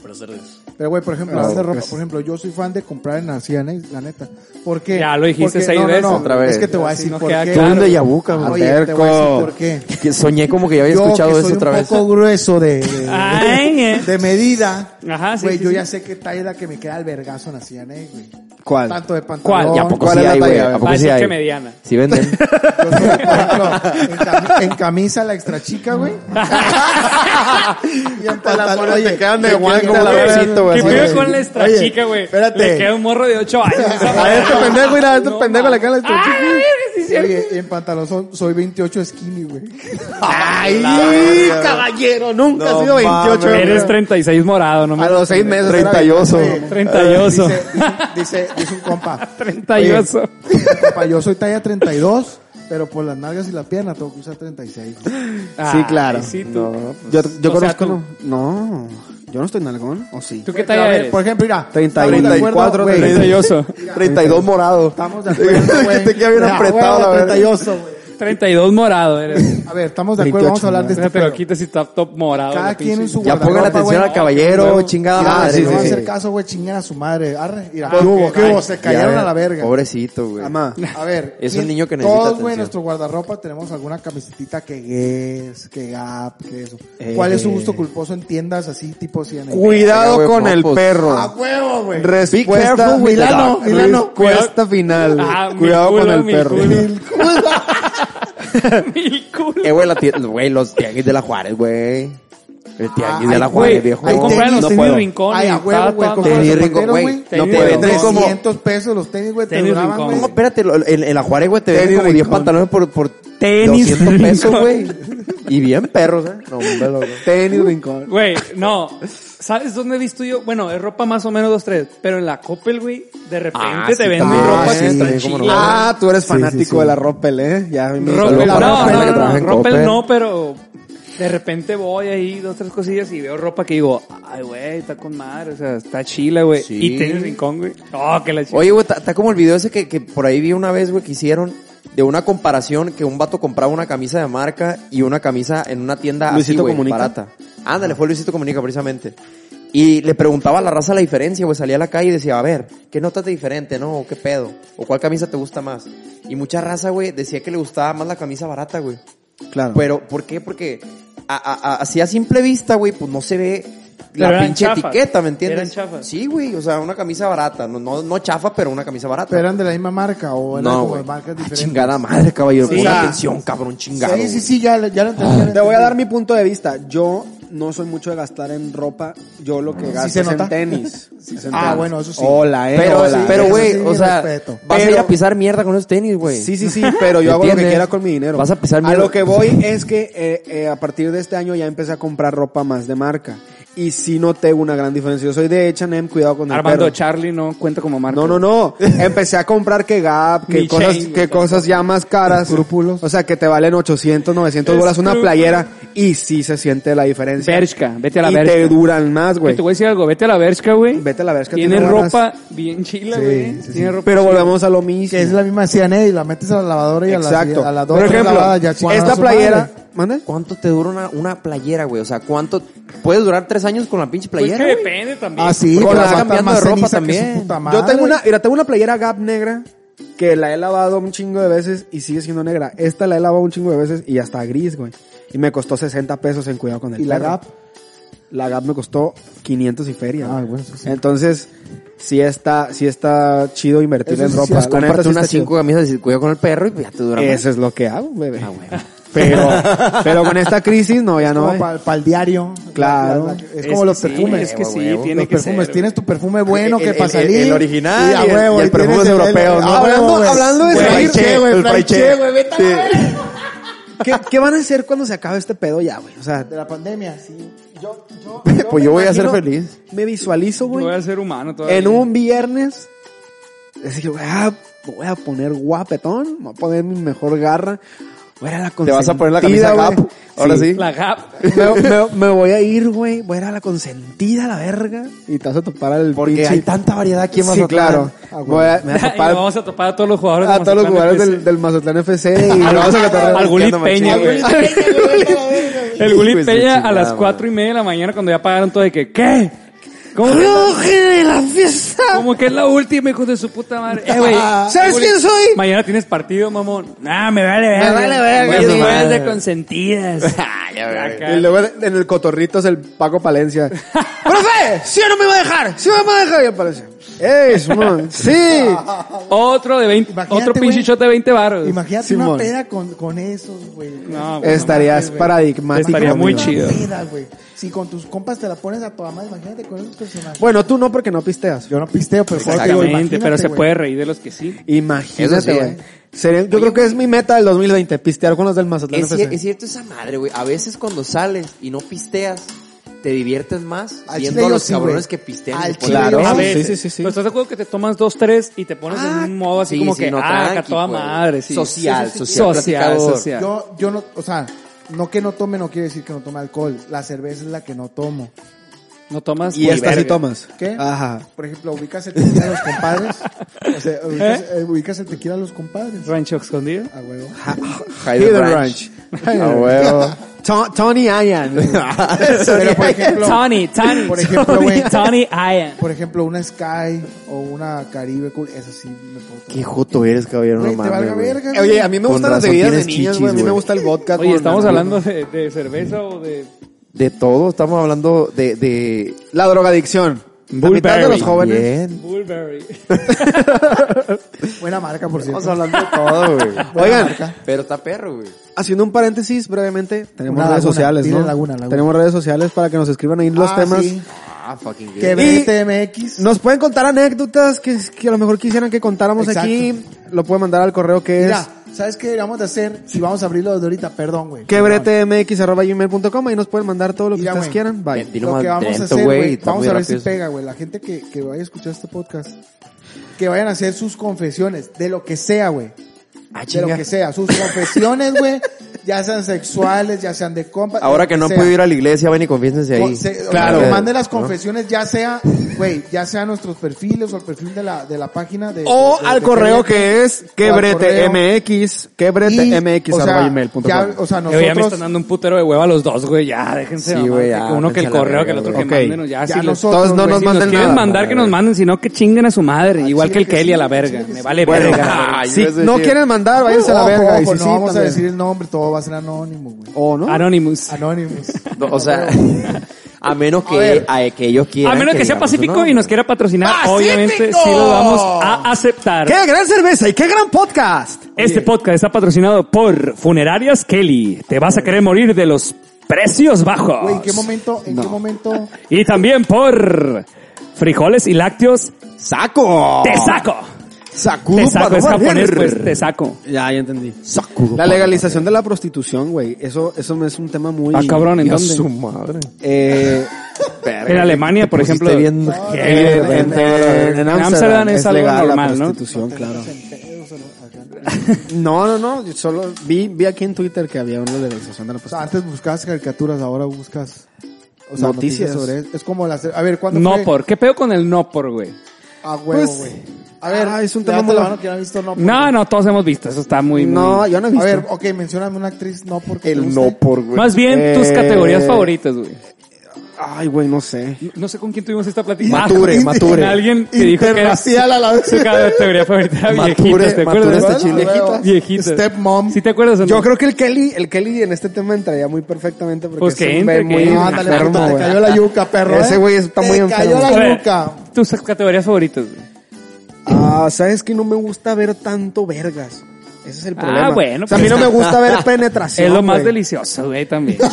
Buenas tardes. Pero, güey, por ejemplo, Ah, hacer ropa, gracias. por ejemplo, yo soy fan de comprar en Asiana, la neta. ¿Por qué? Ya lo dijiste Porque- seis no, no, veces. no, Otra vez. Es que te voy a Así decir no por queda qué. Tú claro. un déjà vu, cabrón. Oye, te voy a decir por qué. que soñé como que ya había Yo, que escuchado soy eso otra un vez. poco grueso de, de- Ay, eh. de medida. Ajá, sí, Güey, sí, yo sí. ya sé qué talla es la que me queda el vergazo en Asiana, güey. ¿Cuál? Tanto de ¿Cuál? pantalón. ¿Y a poco ¿Cuál sí es la hay, güey? talla? ¿A Va a poco sí decir hay? que mediana. ¿Sí Yo venden? soy, por ejemplo, en, cami- en camisa la extra chica, güey. y en pantalón, pones, te quedan de me guante queda a la el verga. Pobrecito, güey, ¿Qué así, pedo güey. con la extra Oye, chica, güey? espérate. Le queda un morro de 8 años. A este pendejo, mira, a este No, pendejo le mames. queda la extra Ah, chica. sí, es cierto. Oye, y en pantalón son- soy 28 skinny, güey. ¡Ay, caballero! Nunca No ha sido 28. mames. Eres 36 morado, no A mames. los seis meses. era- Treintayoso. Oye, Trentayoso. Dice, dice, dice un compa. 38. Oye, dice un compa, yo soy talla 32, pero por las nalgas y la pierna tengo que usar 36. Ah, Sí, claro. Ay, sí, tú. No. Yo, yo O sea, conozco... tú- No, yo no estoy nalgón, ¿o sí? ¿Tú Pero qué a talla ver, pues, eres? Por ejemplo, mira. Treinta y estamos de acuerdo, cuatro, güey. treinta y 38. 32 morado. Estamos de acuerdo, que güey. te queda bien Ya, apretado, huevo, la verdad. 38, güey. 32 morado eres. A ver, estamos de acuerdo, vamos a hablar de este Déjate pedo. lo quites y top, top morado. Cada la quien pinche- en su Ya guardarropa, pongan atención güey. al caballero, Ah, chingada Mira, madre. si no va a güey. hacer caso, güey, chingar a su madre. Arre, mira, Pues, ¿qué hubo? ¿Qué ay, hubo? Se ya, cayeron a güey. la verga. Pobrecito, güey. Amá. A ver, Es un ¿quién- niño que necesita Todos, güey, atención. en nuestro guardarropa tenemos alguna camisetita que Guess, que Gap, que eso. ¿Cuál es Eh. su gusto culposo en tiendas así, tipo CNN? Cuidado Güey, con no, el pues, perro. ¡A huevo, güey! Respuesta, careful with the Milano, dog. Milano. Respuesta final. Ah, mi Cuidado culo, con el mi perro. culo. Mil culos. Eh, güey, la tie- güey, los tianguis de la Juárez, güey. El tianguis Ah, de la ay, Juárez, güey, viejo. hay Yo compré en tenis, los no tenis puedo. rincón. Ay, a huevo, güey. Como Tenis los rincón, zapateros, güey, güey. te venden venden como- 200 pesos los tenis, güey. Te Tenis duraban, rincón. güey. No, No, espérate, lo- en, en la Juárez, güey, te venden Tenis como 10 rincón. pantalones por, por Tenis 200 pesos, rincón. güey. Y bien perros, ¿eh? No, hombre, loco. Tenis rincón. Güey, no. ¿Sabes dónde he visto yo? Bueno, es ropa más o menos dos, tres. Pero en la Coppel, güey, de repente Ah, sí, te venden también. ropa Ah, que sí, está cómo no. chila. Ah, tú eres fanático de la Ropel, ¿eh? Ya me Ropel, Saludos no, para la no, gente no, que trabaja en no, Ropel Coppel. no, pero de repente voy ahí, dos, tres cosillas y veo ropa que digo, ay, güey, está con madre, o sea, está chila, güey. Sí. Y tenis rincón, güey. No, que la chila. Oye, güey, está- está como el video ese que, que por ahí vi una vez, güey, que hicieron de una comparación que un vato compraba una camisa de marca y una camisa en una tienda así, Luisito güey, Comunica. barata. Ándale, fue Luisito Comunica precisamente. Y le preguntaba a la raza la diferencia, güey, salía a la calle y decía, a ver, ¿qué notas de diferente, no? ¿O qué pedo? ¿O cuál camisa te gusta más? Y mucha raza, güey, decía que le gustaba más la camisa barata, güey. Claro. Pero, ¿por qué? Porque a, a, a- así a simple vista, güey, pues no se ve Pero la eran pinche chafas. etiqueta, ¿me entiendes? Eran chafas. Sí, güey, o sea, una camisa barata. No, no, no chafa, pero una camisa barata. Pero eran de la misma marca o eran no, como güey. de marcas Ah, diferentes. Chingada madre, caballero. Sí. Pon O sea, atención, cabrón, chingado. Sí, sí, güey. sí, ya, lo- ya lo entendí. ya lo Te voy a entendí. dar mi punto de vista. Yo no soy mucho de gastar en ropa. Yo lo que gasto se es en nota. tenis. Es en Ah, tenis. bueno, eso sí. Hola, eh. Pero, hola. pero, eso güey, sí, o mi sea, respeto. vas a ir Pero- a pisar mierda con esos tenis, güey. Sí, sí, sí, pero yo hago lo que ¿Entiendes? quiera con mi dinero. Vas a pisar A miedo. lo que voy es que eh, eh, a partir de este año ya empecé a comprar ropa más de marca. Y sí noté una gran diferencia. Yo soy de H&M, cuidado con el Armando perro. Charlie no cuenta como marca. No, no, no. Empecé a comprar que Gap, que Ni cosas, Shane, que güey, cosas ya más caras. O sea, que te valen 800, 900 bolas una Escrúpulos. playera. Y sí se siente la diferencia. Bershka, vete a la Y Bershka. te duran más, Güey, Este güey. Te voy a decir algo, vete a la Bershka, güey. Vete a la Bershka, Tiene tiene buenas- ropa bien chila, güey. Tiene ropa Pero chila. volvemos a lo mismo. Que es la misma CNA y la metes a la lavadora y Exacto. a la, a la dos Por tres ejemplo, lavadas ya chingó a esta su playera... madre. ¿Mande? ¿Cuánto te dura una, una playera, güey? O sea, ¿cuánto? ¿Puedes durar tres años con la pinche Pues que playera, güey? depende también. Ah, sí, Con pero la vas cambiando más de ropa ceniza que su también. puta Yo madre. tengo una, mira, tengo una playera Gap negra que la he lavado un chingo de veces y sigue siendo negra. Esta la he lavado un chingo de veces y ya está gris, güey. Y me costó 60 pesos en cuidado con el ¿Y la perro. Gap? La Gap me costó 500 y feria. Ah, güey. bueno, eso sí. Entonces, sí está, sí está chido invertir Eso en sí ropa. es La neta, Cómprate sí unas está cinco camisas y cuidado con el perro y pues ya te dura chido. más. Eso es lo que hago, bebé. Ah, güey. Pero, pero con esta crisis, no, ya no. Como eh. para el diario. Claro. La- la- es Es como que los sí, perfumes. Es que sí, Huevo, tiene los que perfumes. ser. Tienes tu perfume bueno que El- para el- salir. el original a y el- huevo, y el perfume tienes es europeo, ¿no? a huevo, Hablando- güey. hablando de El salir, fraiche, güey, el fraiche, fraiche. güey, vete a la verga. ¿Qué, qué van a hacer cuando se acabe este pedo ya, güey? O sea, De la pandemia, sí. Yo, yo, Pues me yo voy a ser imagino- feliz. me visualizo, Yo güey. voy a ser humano todavía. en un viernes. Decir, voy a, voy a poner guapetón, me voy a poner mi mejor garra. Voy a ir a la Te vas a poner la camisa consentida, Gap. güey. Ahora sí. La Gap. Me, me- me voy a ir, güey. Voy a ir a la consentida, la verga. Y te vas a topar al Porque pinche- hay tanta variedad aquí en Sí, Mazatlán. claro. Ah, Ah, Voy a, me voy a Y topar vamos a topar a Ah, todos los jugadores a de todos los Mazatlán jugadores FC. del, del Mazatlán FC y nos vamos a catar. Al Gullit Buscando Peña, machín, güey. El Hijo Gullit de su Peña a chingada, las güey. cuatro y media de la mañana cuando ya pagaron todo de que, ¿qué? ¿Cómo que, de la fiesta! como que es la última, hijo de su puta madre? Eh, güey. ¿Sabes quién soy? Mañana tienes partido, mamón. Nah, me vale verga. Me vale verga, Ellos mi juegan madre. de consentidas. Y luego en el cotorrito es el Paco Palencia. ¡Profe! ¿Sí o no me iba a dejar? ¿Sí me iba a dejar? Y el Palencia. ¡Ey, Simón! ¡Sí! Ah, Otro de 20, Imagínate, otro pinche güey. shot de 20 baros. Eh, Imagínate Simón. una peda con, con esos, güey. No, güey, Estarías güey. paradigmático. Estaría muy amigo. chido. Una peda, güey. Si con tus compas te la pones a tu mamá, imagínate con esos personajes. Bueno, tú no porque no pisteas. yo no pisteo, pero por eso te digo, Exactamente, pero se imagínate, puede reír de los que sí. Imagínate, Eso sí, güey. eh. Sería- yo creo que es mi meta del 2020, pistear con los del Mazatlán Es, cier- FC. es cierto esa madre, güey. A veces cuando sales y no pisteas, te diviertes más Al viendo chile a yo los sí, cabrones güey. que pistean. Al y ponen- chile yo Claro. A sí. veces. sí, sí, sí. Pero estás de acuerdo que te tomas dos, tres y te pones Ah, en un modo así sí, como sí, que, no, ah, acá tranqui, toda pues. madre. sí. Social, Sí, sí, sí. social, social. platicador. social. Yo, yo no, o sea, no que no tome no quiere decir que no tome alcohol. La cerveza es la que no tomo. No tomas. Y ni esta sí verga. tomas. ¿Qué? Ajá. Por ejemplo, ubicas el tequila a los compadres. O sea, ubicas, eh, ubicas el tequila a los compadres. Rancho escondido. A huevo. Hidden Hidden Ranch. Ranch. To- Tony Ian. Pero por ejemplo, Tony, Tony. Por ejemplo, Tony, güey. Tony Ian. por ejemplo, una Sky o una Caribe Cool, esa sí me puedo tomar. Qué joto eres, caballero. Güey, No te mames, valga güey. verga. Oye, a mí me Con gustan las razón bebidas de tienes niñas, chichis, güey. A mí me güey. gusta el vodka. Oye, con- estamos hablando de, de cerveza o de. De todo, estamos hablando de... de... La drogadicción. La mitad de Bullberry. los jóvenes. Bien. Bullberry. Buena marca, por Estamos cierto. hablando de todo, güey. Oigan, Pero está perro, güey. haciendo un paréntesis brevemente, tenemos Una redes laguna, sociales, dile ¿no? laguna, laguna. Tenemos redes sociales para que nos escriban ahí los Ah, temas. sí. Ah, fucking Que good. Y- BTMX. Nos pueden contar anécdotas que, que a lo mejor quisieran que contáramos Exacto. aquí. Lo pueden mandar al correo que es Mira, ¿sabes qué deberíamos de hacer? Si vamos a abrirlo desde ahorita, perdón, güey. quebretmx.com. Ahí nos pueden mandar todo lo que Mira, ustedes güey. quieran. Bye. Ven, Dilo Lo que más vamos a lento, hacer, güey, güey, está vamos muy a ver si rápido. pega, güey. La gente que, que vaya a escuchar este podcast, que vayan a hacer sus confesiones, de lo que sea, güey. Ah, De lo chinga. que sea, sus confesiones, güey, ya sean sexuales, ya sean de compas. Ahora que no han puedo podido ir a la iglesia, ven y confiénsense ahí. Con- se- Claro. Que mande las ¿No? confesiones, ya sea, güey, ya sea nuestros perfiles o el perfil de la, de la página de. O de- de- al de- correo de- que es o al correo. quebretmx, Y, o sea, quebretmx.com. Eh, ya, O sea, Yo ya me están nosotros, dando un putero de hueva a los dos, güey. Ya, déjense. Sí, mamar, güey, que ya, uno que el déjense la correo, que el verga, otro güey. que manden. Ya, Ya si los- nosotros, Entonces no güey, nos si nos manden quieren nada. mandar, que nos manden. Si no, que chinguen a su madre. Igual sí, que el que Kelly sí, a la que sí, verga. que sí. Me vale Bueno, verga. ay, Si yo decía- no quieren mandar, váyanse a la Ojo, verga. y ojo, si no sí, vamos a también. decir el nombre, todo va a ser anónimo, güey. O Ah, no. Anonymous. Anónimos. No, O sea, a menos A que, ver. a, que ellos quieran. A menos que sea digamos, Pacífico ¿no? y nos quiera patrocinar, ¡Pacífico! obviamente sí lo vamos a aceptar. ¡Qué gran cerveza y qué gran podcast! Este podcast está patrocinado por Funerarias Kelly. Te vas a querer morir de los precios bajos. Güey, ¿en qué momento, en qué momento? Y también por frijoles y lácteos. Oh. ¡Saco! Te saco. ¡Sacudo Te saco. para Es japonés, barrer. pues. Te saco. Ya, ya entendí. ¡Sacudo! La legalización de la prostitución, güey. Eso, eso es un tema muy... Ah, cabrón, ¿en para- dónde? su madre. Eh, En Alemania, por ejemplo. Bien Ah, eh, en, en- en Ámsterdam es, algo legal normal, la ¿no? prostitución, claro. No, no, no. yo Solo vi, vi aquí en Twitter que había una legalización de Ah, la O sea, prostitución. antes buscabas caricaturas, ahora buscas. O sea, Noticias. noticias, sobre eso. Es como las. A ver, ¿cuándo No fue? por. ¿Qué pedo con el no por, güey? A huevo, Pues, güey. a ver, ah, es un tema levanta muy- la mano que no ha visto no por. No, no, todos hemos visto. Eso está muy. muy- No, yo no he A visto. ver, ok, mencioname una actriz no porque. te El guste. no por, güey. Más bien tus Eh, categorías favoritas, güey. Ay, güey, no sé. Eh, No sé con quién tuvimos esta plática. Mature, Ah, con Mature. Alguien que dijo que era su Interracial a la vez. categoría favorita era Mature, viejitas, ¿te Mature este acuerdas? está chida. Viejitas. Viejitas. Stepmom. ¿Sí te acuerdas o no? Yo creo que el Kelly, el Kelly en este tema entraría muy perfectamente porque Pues que es un entre, güey que muy entre. No, Ah, ándale, enfermo, puto, te güey. cayó la yuca, perro. Ese ¿eh? güey está muy Te cayó enfermo. A la ver, yuca. Tus categorías favoritas, güey. Ah, sabes que no me gusta ver tanto vergas. Ese es el Ah, problema. bueno, O sea, a mí pues- no me gusta ver penetración. Es lo más güey. delicioso, güey, también. güey.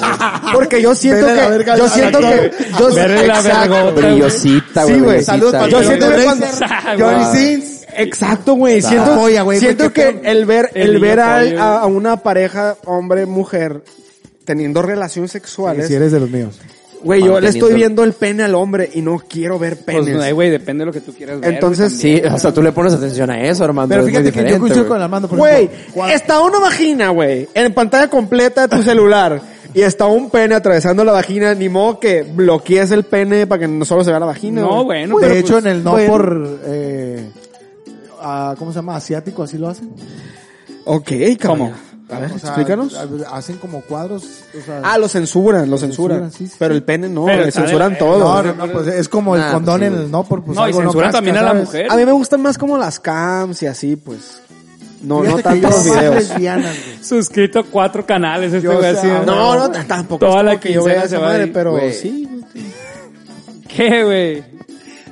Porque yo siento Verle la que, verga yo a la siento que, torre. yo Verle la exacto. vergota, güey. Brillosita, güey. Sí, güey. brillosita, Saludos para Yo güey. siento que cuando, Ah, Johnny guau. Sins. Exacto, güey. Ah. Siento, Polla, güey, siento güey, que qué pedo. el ver, El el niño ver al- pollo. a, a una pareja hombre-mujer teniendo relaciones sexuales, Si eres de los míos. güey, yo le estoy Manteniendo- viendo el pene al hombre y no quiero ver Pues, penes. no, güey, depende de lo que tú quieras ver. Entonces, Sí, güey, o sea, tú le pones atención a eso, Armando. Pero es muy fíjate que yo diferente, coincido güey. con Armando. por Güey, este ejemplo, cuando- está una vagina, güey, en pantalla completa de tu celular y está un pene atravesando la vagina, ni modo que bloquees el pene para que no solo se vea la vagina. No, bueno, Pues, pero De hecho, en el no bueno. por. eh, ah, ¿Cómo se llama? Asiático, así lo hacen. Ok, cabrón. A ver, O sea, explícanos. Hacen como cuadros. o sea- Ah, lo censuran, lo censuran. censuran, sí, sí. Pero el pene no, Pero le está de censuran la- todo. No, no, no, pues es como el Nah, condón pues sí, en el no por. también. Pues, No, y algo censuran casca, también a la ¿sabes? mujer. A mí me gustan más como las cams y así, pues. No, Fíjate no que tanto los yo más videos. lesbiana, güey. Suscrito a cuatro canales este Yo, güey o sea, así. no, No, no, t- tampoco. Toda es la como que yo quincena vea esa se va madre, ahí. pero Güey. sí. güey. ¿Qué, güey?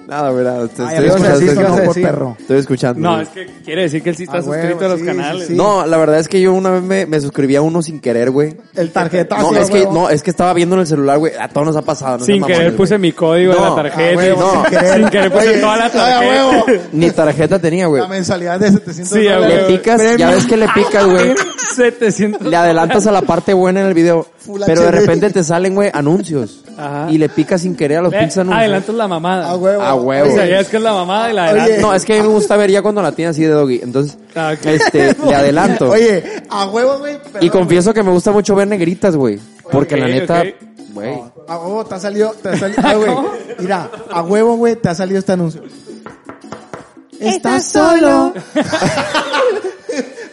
Nada, verdad. Estoy Ay, ibas a escuchando, decir estoy no por escuchando. perro. Estoy escuchando. No, güey. es que quiere decir que él sí está Ah, güey, suscrito a los sí, sí, canales. sí. No, la verdad es que yo una vez me, me suscribí a uno sin querer, güey. El tarjetazo. No, es que, huevo. no, es que estaba viendo en el celular, güey. A todos nos ha pasado. No Sin sean querer mamones, puse güey. mi código de No, la tarjeta. ah, güey, sin, no. querer, sin querer puse Oye, toda la ay, a huevo. tarjeta. Ni tarjeta tenía, güey. La mensalidad de 700 Sí, a dólares. Le huevo. picas, ya ves que le picas, güey. 700. Le adelantas a la parte buena en el video. Full pero de HD. repente te salen, güey, anuncios. Ajá. Y le picas sin querer a los Ve, pinches anuncios. Adelantas la mamada. A huevo. A huevo. O sea, ya es que es la mamada y la Oye. adelantas. No, es que a mí me gusta ver ya cuando la tiene así de doggy. Entonces, Ah, ok. este, le adelanto. Oye, a huevo, güey. y perdón, confieso que me gusta mucho ver negritas, güey. Porque Ok, la neta, ok. güey. güey. A huevo, Ah, oh, te ha salido. Te ha salido. Ay, güey. Mira, a huevo, güey, te ha salido este anuncio. Estás solo.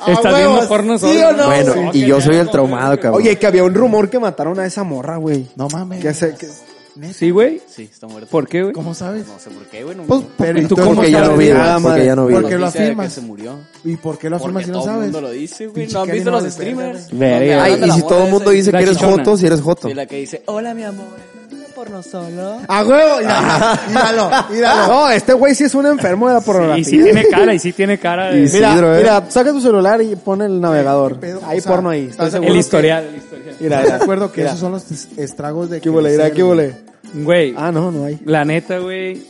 A Estás huevo, viendo porno ¿sí solo. o no? Bueno, güey. y yo soy el traumado, cabrón. Oye, que había un rumor que mataron a esa morra, güey. No mames. Que se- que- ¿Sí, güey? Sí, está muerto. ¿Por qué, güey? ¿Cómo sabes? No sé por qué, güey. No, Pues, pero ¿y ¿Tú tú cómo cómo porque sabes? ya no vi, Ah, güey, porque madre. ya no vi. ¿Por qué lo noticia de afirmas? Que se murió. ¿Y por qué lo Porque afirmas si no todo el sabes? mundo lo dice, güey. Pinche ¿No han visto Karen los Valdez, streamers? Verga. Donde Ay, hablan de y la si moda todo el esa mundo y dice la que eres chichona. joto, si eres joto. Y la que dice, hola, mi amor. porno solo? ¡A huevo! Míralo, míralo, míralo. Ah. No, este güey sí es un enfermo de la pornografía. Y sí tiene cara, y sí tiene cara de... sí. Mira, Mira, Isidro, ¿eh? mira, saca tu celular y pon el navegador. pedo? Ahí O sea, porno ahí. ¿estás Estoy el seguro. historial, el historial. Mira, Te mira. acuerdo que Mira. esos son los est- estragos de ¿Qué huele? Mira, crecer, ¿qué güey. huele? Güey, Ah, no, no hay. la neta, güey,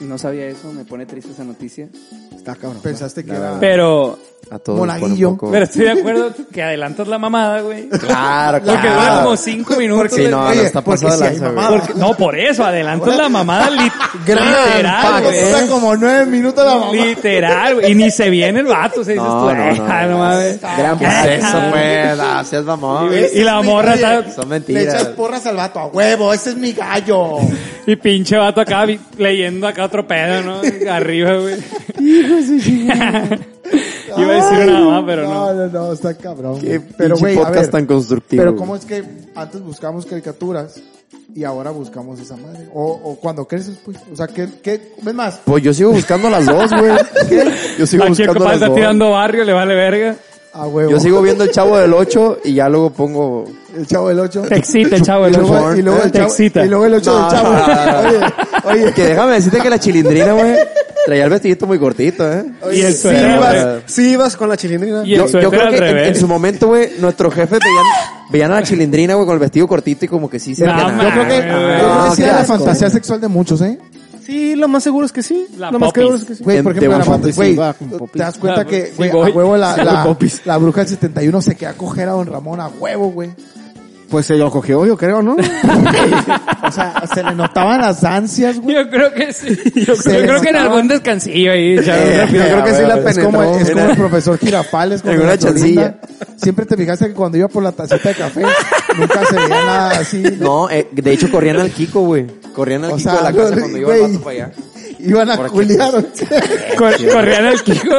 no sabía eso, me pone triste esa noticia. Está cabrón. Pensaste que era... Pero, A todos. les pone un Monaguillo. poco- pero estoy de acuerdo que adelantas la mamada, güey. Claro, Porque dura claro. como cinco minutos. Sí, de- no, no Oye, está porque pasado sí de hay lanza, güey. mamada. porque- no, por eso, adelantas la mamada lit- literal, Ah, güey. dura como nueve minutos la mamá. Literal, güey. Y ni se viene el vato, se dice No, tú, no, "Eh, no, no mames". Gran proceso, güey. No, seas mamón. Y- Y la morra está, Son Le echas mentiras. porras al vato. ¡A huevo! ¡Ese es mi gallo! y pinche vato acá vi- leyendo acá otro pedo, ¿no? Arriba, güey. Iba a decir una más, pero no. No, no, no, está cabrón. Qué güey. pero, güey, pinche a podcast ver, tan constructivo. Pero güey. cómo es que antes buscamos caricaturas y ahora buscamos esa madre. O, o cuando creces, pues. O sea, ¿qué, qué? Es más, Pues yo sigo buscando las dos, güey. Yo sigo Aquí el buscando compadre las está dos. tirando barrio, le vale verga. a huevo. Yo sigo viendo el chavo del 8 y ya luego pongo. El chavo del 8. Te excita el chavo, Y el luego, y luego el Te chavo, excita. y luego el 8 No, del chavo. no, no, no. Oye, oye. Que déjame decirte que la chilindrina, güey, traía el vestidito muy cortito, ¿eh? Y el Sí suéter al ibas, revés. sí ibas con la chilindrina. Y el yo, yo suéter creo al que en, Eh. revés. en su momento, güey, nuestros jefes veían, veían a la chilindrina, güey, con el vestido cortito y como que sí se No, veían, man. ah, Yo creo que, Ah, yo creo que no, sí qué era la asco, fantasía sexual de muchos, ¿eh? Sí, lo más seguro es que sí. La lo más popis. seguro es que sí. Güey, por De- ejemplo, la de un fanta- popis, güey, sí, va, te das cuenta Ah, que, sí, güey, voy. a huevo la, Sí, la, voy. la bruja del 71 se queda cojera a don Ramón, a huevo, güey. Pues se lo cogió, yo creo, ¿no? O sea, se le notaban las ansias, güey. Yo creo que sí. Yo Se creo, yo le creo que en notaba. algún descansillo ahí. echaron un Eh, rapi- Yo creo que sí la Es como, penetró. es como el profesor Girafales. con En una la Florinda. chancilla. Siempre te fijaste que cuando iba por la tacita de café, nunca se veía nada así. No, eh, de hecho corrían al Kiko, güey. Corrían al O Kiko sea, de la casa cuando iba el güey. vato para allá. Iban a culiar. o sea. Cor- corrían al Kiko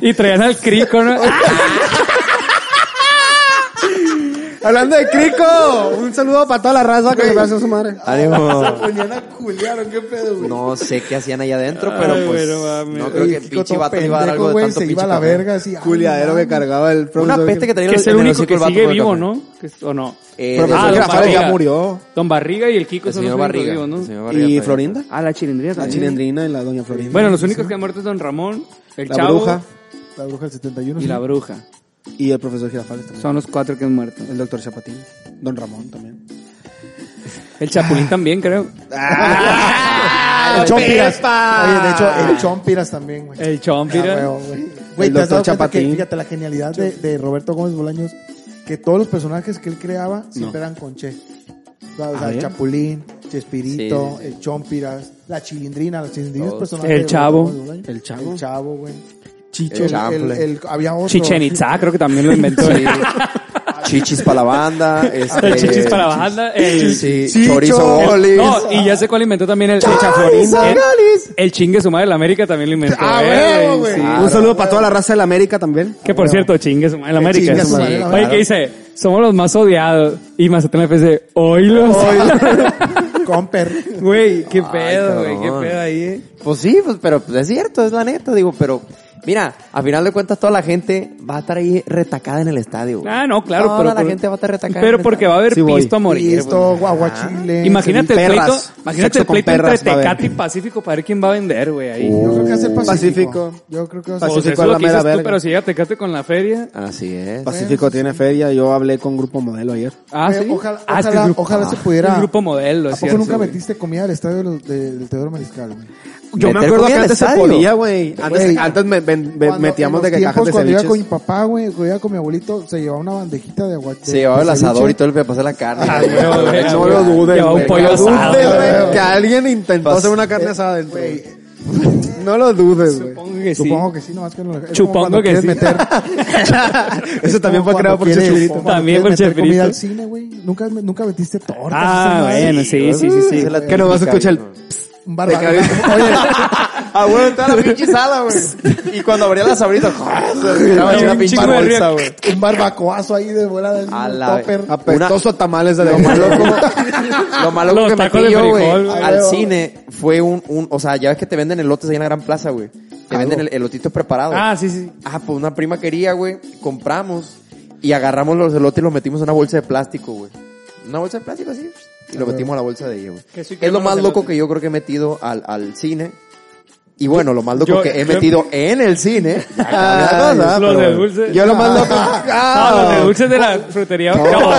y traían al Crico, ¿no? Hablando de Crico, un saludo para toda la raza que le pasa a su madre. Ánimo. Ponían a culiar, ¿o ¿qué pedo, güey? No sé qué hacían allá adentro, pero Ay, pues. bueno, mames. no creo Y que el Kiko pinche todo vato le iba a dar pendejo, algo de güey, tanto Se pinche iba a la café. verga así. ay, Culiadero no que cargaba el Ah, Una profesor. peste que traía Que es en el único hocico que vato sigue con el vivo, café. ¿no? Que- ¿O no? Eh, Profesor ah, don Girafales Barriga. ya murió. Don Barriga y el Kiko El son señor los únicos Barriga. vivos, pues, ¿no? el señor Barriga ¿Y todavía. Florinda? Ah, la chilindrina La también. chilendrina y la doña Florinda. Bueno, los únicos que han muerto es Don Ramón, el La Chavo bruja. La bruja del 71. y la bruja. Y el profesor Girafales también. Son los cuatro que han muerto. El doctor Chapatín. Don Ramón también. El Chapulín también, creo. Ah, El Chompiras. Oye, de hecho, el Chompiras también, güey. El Chompira. Ah, güey, güey. Güey, El te has dado doctor cuenta que, Chapatín. fíjate, la genialidad de, de Roberto Gómez Bolaños, que todos los personajes que él creaba siempre eran con Che. O sea, o sea, el Chapulín, Chespirito, Sí, sí, el Chompiras, la Chilindrina, las Chilindrinas Todos. personajes. El de Roberto Chavo. Gómez Bolaños. El Chavo. El Chavo, güey. Chicho. El- el- el- había otro. Chichen Itzá, creo que también lo inventó. él. Chichis para la banda. Este, El Chichis para la banda. El... Sí, Chicho. chorizo el- bolis. No, y ya sé cuál inventó también el el Chorizo El, bolis. el chingue su madre de la América también lo inventó. Ah, él, huevo, güey. Eh, sí. Ah, Pues Un saludo para toda la raza de la América también. Que por cierto, chingue su madre la América. chingue su madre, Sí, la Oye, verdad. ¿qué dice? Somos los más odiados. Y Mazatlán FC, hoy los. Comper. Güey, qué Ay, pedo, güey, qué cabrón. pedo ahí. eh. Pues sí, pues, pero pues, es cierto, es la neta, digo, pero mira, a final de cuentas toda la gente va a estar ahí retacada en el estadio. güey. Ah, no, claro, Toda pero la por- gente va a estar retacada. en Pero el porque va a estadio. haber Sí voy. pisto a morir. pues. Ah. Listo, guaguachile. Imagínate el perras. pleito, imagínate Sexo el con pleito entre perras va a haber. Tecate y Pacífico para ver quién va a vender, güey, ahí. Yo creo que hace Pacífico. Pacífico. Yo creo que va a Pues ser Pacífico. eso a es la lo que mera dices tú, verga. pero si llega Tecate con la feria. Así es. Pacífico tiene feria. Yo hablé con Grupo Modelo ayer. Ah, Oye, sí. ojalá- Ah, es que ojalá- el grupo- ojalá se ah, pudiera- es el grupo modelo, ¿A es poco cierto, nunca güey. metiste comida al estadio de los- de- del Teodoro Mariscal, güey? Yo me Meter acuerdo comida que al antes se estadio. podía, güey. Antes, Güey. antes me- me- me- Cuando- metíamos en los de que cajas tiempos, de cuando iba con mi ceviches. papá, güey, cuando iba con mi abuelito, se llevaba una bandejita de aguachile. Se llevaba el asador y todo el pasó la carne. Ah, güey. güey, güey. No lo dudes, Llevaba un güey. pollo No asado, dudes, güey. güey, Que alguien intentó Pues, hacer una eh, carne asada dentro. güey. No lo dudes, güey. Supongo que sí. Supongo que sí, nomás que no es como Supongo cuando que quieres sí. Ah, Meter, Eso también fue como creado cuando por quieres- Chespirito. como cuando También quieres por meter comida Chespirito. al cine, güey. Nunca, nunca metiste tortas. Ah, esas bueno, madres. sí, sí, sí, sí. Esa es la Que nomás típica, escucha el... güey. Un barbaro. Oye, a huevo en Ah, toda la pinche sala, güey. Y cuando abría la sabrita, ¡ah! se escuchaba Y una un pinche chingo de bolsa, río. güey. Un barbacoazo ahí de bola del A la topper. vez. Apestoso tamales de la Lo malo, lo malo Los que me tacos metí de yo, güey, frijol, güey. al cine fue un, un, o sea, ya ves que te venden elotes ahí en la Gran Plaza, güey. Te venden el, elotito preparado. Ah, sí, sí. Ah, pues una prima quería, güey. Compramos y agarramos los elotes y los metimos en una bolsa de plástico, güey. Una bolsa de plástico así. pues, y lo metimos a la bolsa de ella, güey. Que sí, que Es lo no más nos loco elote. que yo creo que he metido al, al cine. Y bueno, lo más loco yo- que he yo- metido en el cine. Ya Ah, cambió la cosa, los pero de bueno. dulce. Yo lo más loco. Ah, los de dulces de la frutería.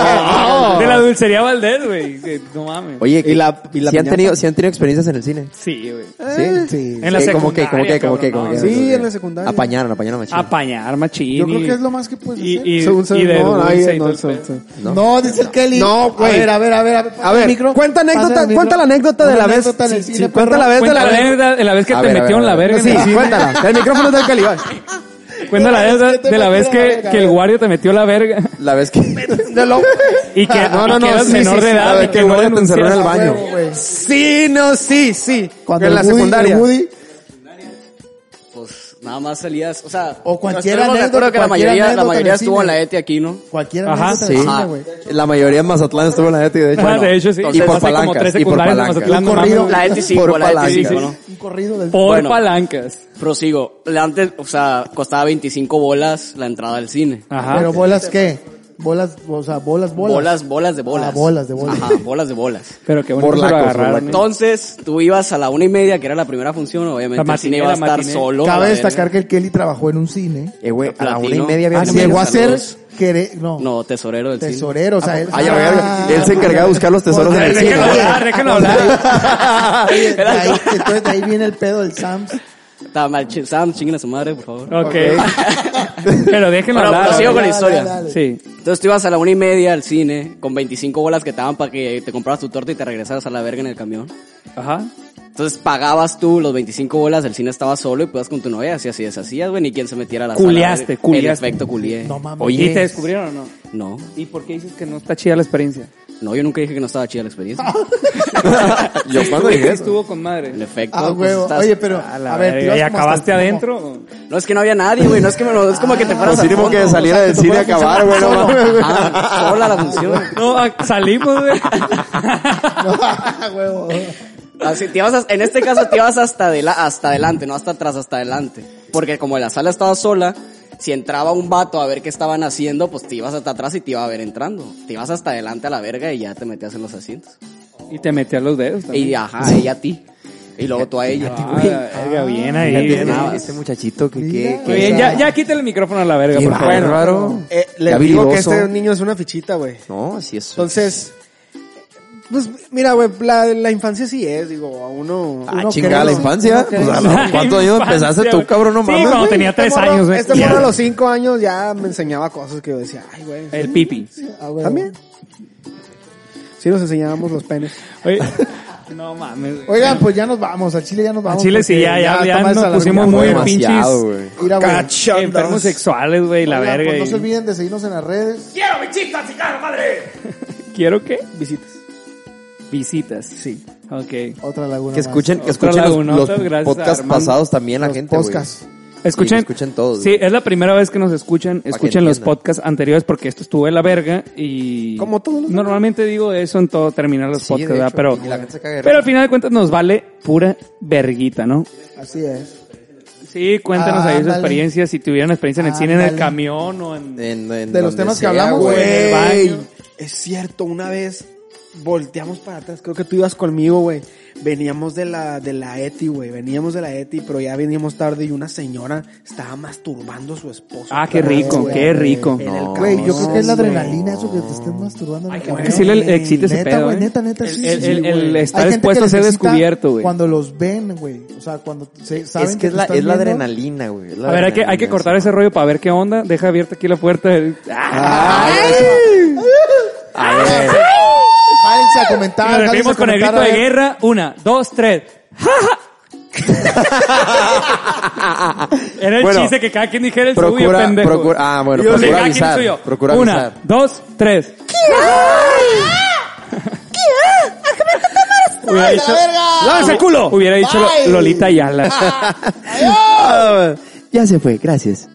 No, de la dulcería Valdés, güey. Que No mames. Oye, que, Y la- y la ¿sí han piñata. tenido, ¿sí han tenido experiencias en el cine? Sí, güey. Sí, sí. En la Sí, Como que, como que, secundaria, como que, como cabrón, que. no. como Sí, que- en la secundaria. Apañaron, apañaron machín. Apañar, machín. Yo creo que es lo más que puedes y, hacer. y, Según se- y de no, dulce ahí no, y todo el se- pedo. se- No. No, dice el Kelly. No, güey. A ver, a ver, a ver. A ver, A ver, cuenta anécdota, cuenta la anécdota de la vez. en el sí, cine, sí, cuenta la vez de Cuenta la la vez. anécdota de la vez que A te ver, a ver, metieron a la ver, verga en Sí, el cine. cuéntala. El micrófono es del calibán. Cuenta la la vez anécdota que te de la vez metieron la que, verga, que el a ver. Wario te metió la verga La vez que. y que, No, no, y que no, eras sí, menor sí, de sí, la edad vez y que que no Wario te encerró en el denunciaras. baño. Sí, no, sí, sí. Cuando en la el Woody- secundaria. el Woody- Pues nada más salías, o sea, O cualquier estamos de acuerdo anécdota, que la cualquier mayoría, la anécdota en mayoría el estuvo en cine. la ETI aquí, ¿no? Cualquier Ajá, anécdota del Sí. Ah, cine, güey. La mayoría en Mazatlán estuvo en la ETI, de hecho. Ah, de hecho, sí. Y Entonces, por hace como palancas. tres Y por secundarias en palancas. Mazatlán, no mames. corrido. La ETI Por 5, la ETI 5, este ¿no? palancas. Un corrido del... Por Bueno. palancas. Prosigo, la antes, o sea, costaba 25 bolas la entrada al cine. Ajá. Pero bolas qué? Bolas, o sea, bolas, bolas. Bolas, bolas de bolas. Ah, bolas de bolas. Ajá, bolas de bolas. Pero qué bueno que Por se lo lacos, agarraron. ¿eh? Entonces, tú ibas a la una y media, que era la primera función, obviamente. La el matiné, cine iba a la estar matiné. solo. Cabe a ver. destacar que el Kelly trabajó en un cine. Eh, güey, a la una y Platino. media había Ah, Ah, una sí, llegó a ser saludos. quere- no, No, tesorero del cine. tesorero, o sea, él, Ay, a ver, Ah. él se encargaba de buscar los tesoros en el cine. Déjenlo hablar, déjenlo hablar. Oye, de ahí- entonces de ahí viene el pedo del Sams. Está mal, chi- Sam, chinguen a su madre, por favor. Ok. Pero déjenlo Bueno, hablar. prosigo con Dale, la historia. dale, dale. Sí. Entonces tú ibas a la una y media al cine con 25 bolas que te daban para que te compraras tu torta y te regresaras a la verga en el camión. Ajá. Entonces pagabas tú los 25 bolas, el cine estaba solo y podías con tu novia, así, así deshacías, güey, ni quien se metiera a la Culeaste, sala. culeaste. El efecto culié. No mames. Oye. ¿Y te descubrieron o no? No, ¿Y por qué dices que no está chida la experiencia? no, yo nunca dije que no estaba chida la experiencia. Yo cuando Sí, dije eso. estuvo con madre. El efecto. Ah, pues, huevo. estás- Oye, pero A la a ver, verga, te ibas ¿Y como acabaste hasta- adentro? No es que no había nadie, güey, no es que me lo- es como que Ah. te fueras Pues al mínimo que fondo. saliera del cine a acabar, güey, no Ah, mames. Ajá, sola la función. No, a- salimos, güey. Ah, huevo. Así, te ibas a- en este caso te ibas hasta, de la- hasta adelante, no hasta atrás, hasta adelante. Porque como la sala estaba sola, si entraba un vato a ver qué estaban haciendo, pues te ibas hasta atrás y te iba a ver entrando. Te ibas hasta adelante a la verga y ya te metías en los asientos. Y te metías los dedos también. Y ajá, ella a ti. Y luego tú a ella. Ah, la verga, bien ahí. Bien, güey. ah, Este muchachito que Mira. que- Muy bien, ya, ya quítale el micrófono a la verga, Qué por favor. bárbaro. Eh, Qué les digo que habilidoso. este niño es una fichita, güey. No, así es. Entonces, pues mira, güey, la, la infancia sí es, digo, a uno... Ah, uno chingada cree, la uno infancia. cree. Pues, a La los ¿Cuántos años infancia, empezaste güey. tú, cabrón? No Sí, mames. cuando güey. tenía tres Este morro- años, güey. Este morro a los cinco años ya me enseñaba cosas que yo decía, ay, güey. El pipi. Ah, huevo. También. Sí nos enseñábamos los penes. Oye, no mames. güey. Oigan, pues ya nos vamos, al Chile ya nos A vamos. Chile sí, porque ya, ya, ya Tomás nos Alarcón pusimos ya muy fue. Demasiado, pinches güey. Mira, güey. enfermos sexuales, güey, la Oigan, verga. pues no y- se olviden de seguirnos en las redes. ¿Quiero qué? Visitas. Visitas. Sí. Ok. Otra laguna Que escuchen, que Otra escuchen los- los, lagunota, gracias a podcasts Armando. pasados también la Los gente, güey. podcasts. Escuchen, Sí, escuchen todos, Sí, güey. es la primera vez que nos escuchan. Escuchen los entiendan. podcasts anteriores porque esto estuvo de la verga y. Como todos los Normalmente digo eso en todo terminar los Sí, de podcasts, ¿verdad? hecho, ah, pero. y la gente se caga de pero risa. al final de cuentas nos vale pura verguita, ¿no? es. Así es. Sí, cuéntanos Ah, ahí sus ándale. experiencias, si tuvieron experiencia en el cine, en el Ándale. camión o en. En- De en los donde temas que sea, hablamos, güey. Güey, baño. es cierto, una vez volteamos para atrás, creo que tú ibas conmigo, güey. Veníamos de la, de la ETI, güey, veníamos de la ETI, pero ya veníamos tarde y una señora estaba masturbando a su esposo. Ah, qué rico, güey, qué rico. En el Güey, yo creo que es la camión, adrenalina eso que te estén masturbando. en el cabrón. Que sí camión. le excita ese neta, pedo, güey, ¿eh? neta, neta, sí, El- sí, el- sí, el güey. estar Hay gente expuesto que a ser les excita descubierto, güey. Cuando los ven, güey. O sea, cuando se, saben Es que es te la, están es la viendo. adrenalina, güey. es la A ver, hay que, hay que adrenalina, cortar sí. ese rollo para ver qué onda. Deja abierta aquí la puerta. del- A ver. Jálense a Y comentar. nos jálense despedimos a con el comentar, grito a de ver. guerra. Una, dos, tres. Era el Bueno, chiste que cada quien dijera el suyo, procura- pendejo. procura- ah, bueno, Yo procura dije, cada quien el avisar, suyo. procura Una, avisar. dos, tres. Hubiera dicho- ¡Lávese el culo! Hubiera dicho Lo- Lolita Ayala. Ya se fue, gracias.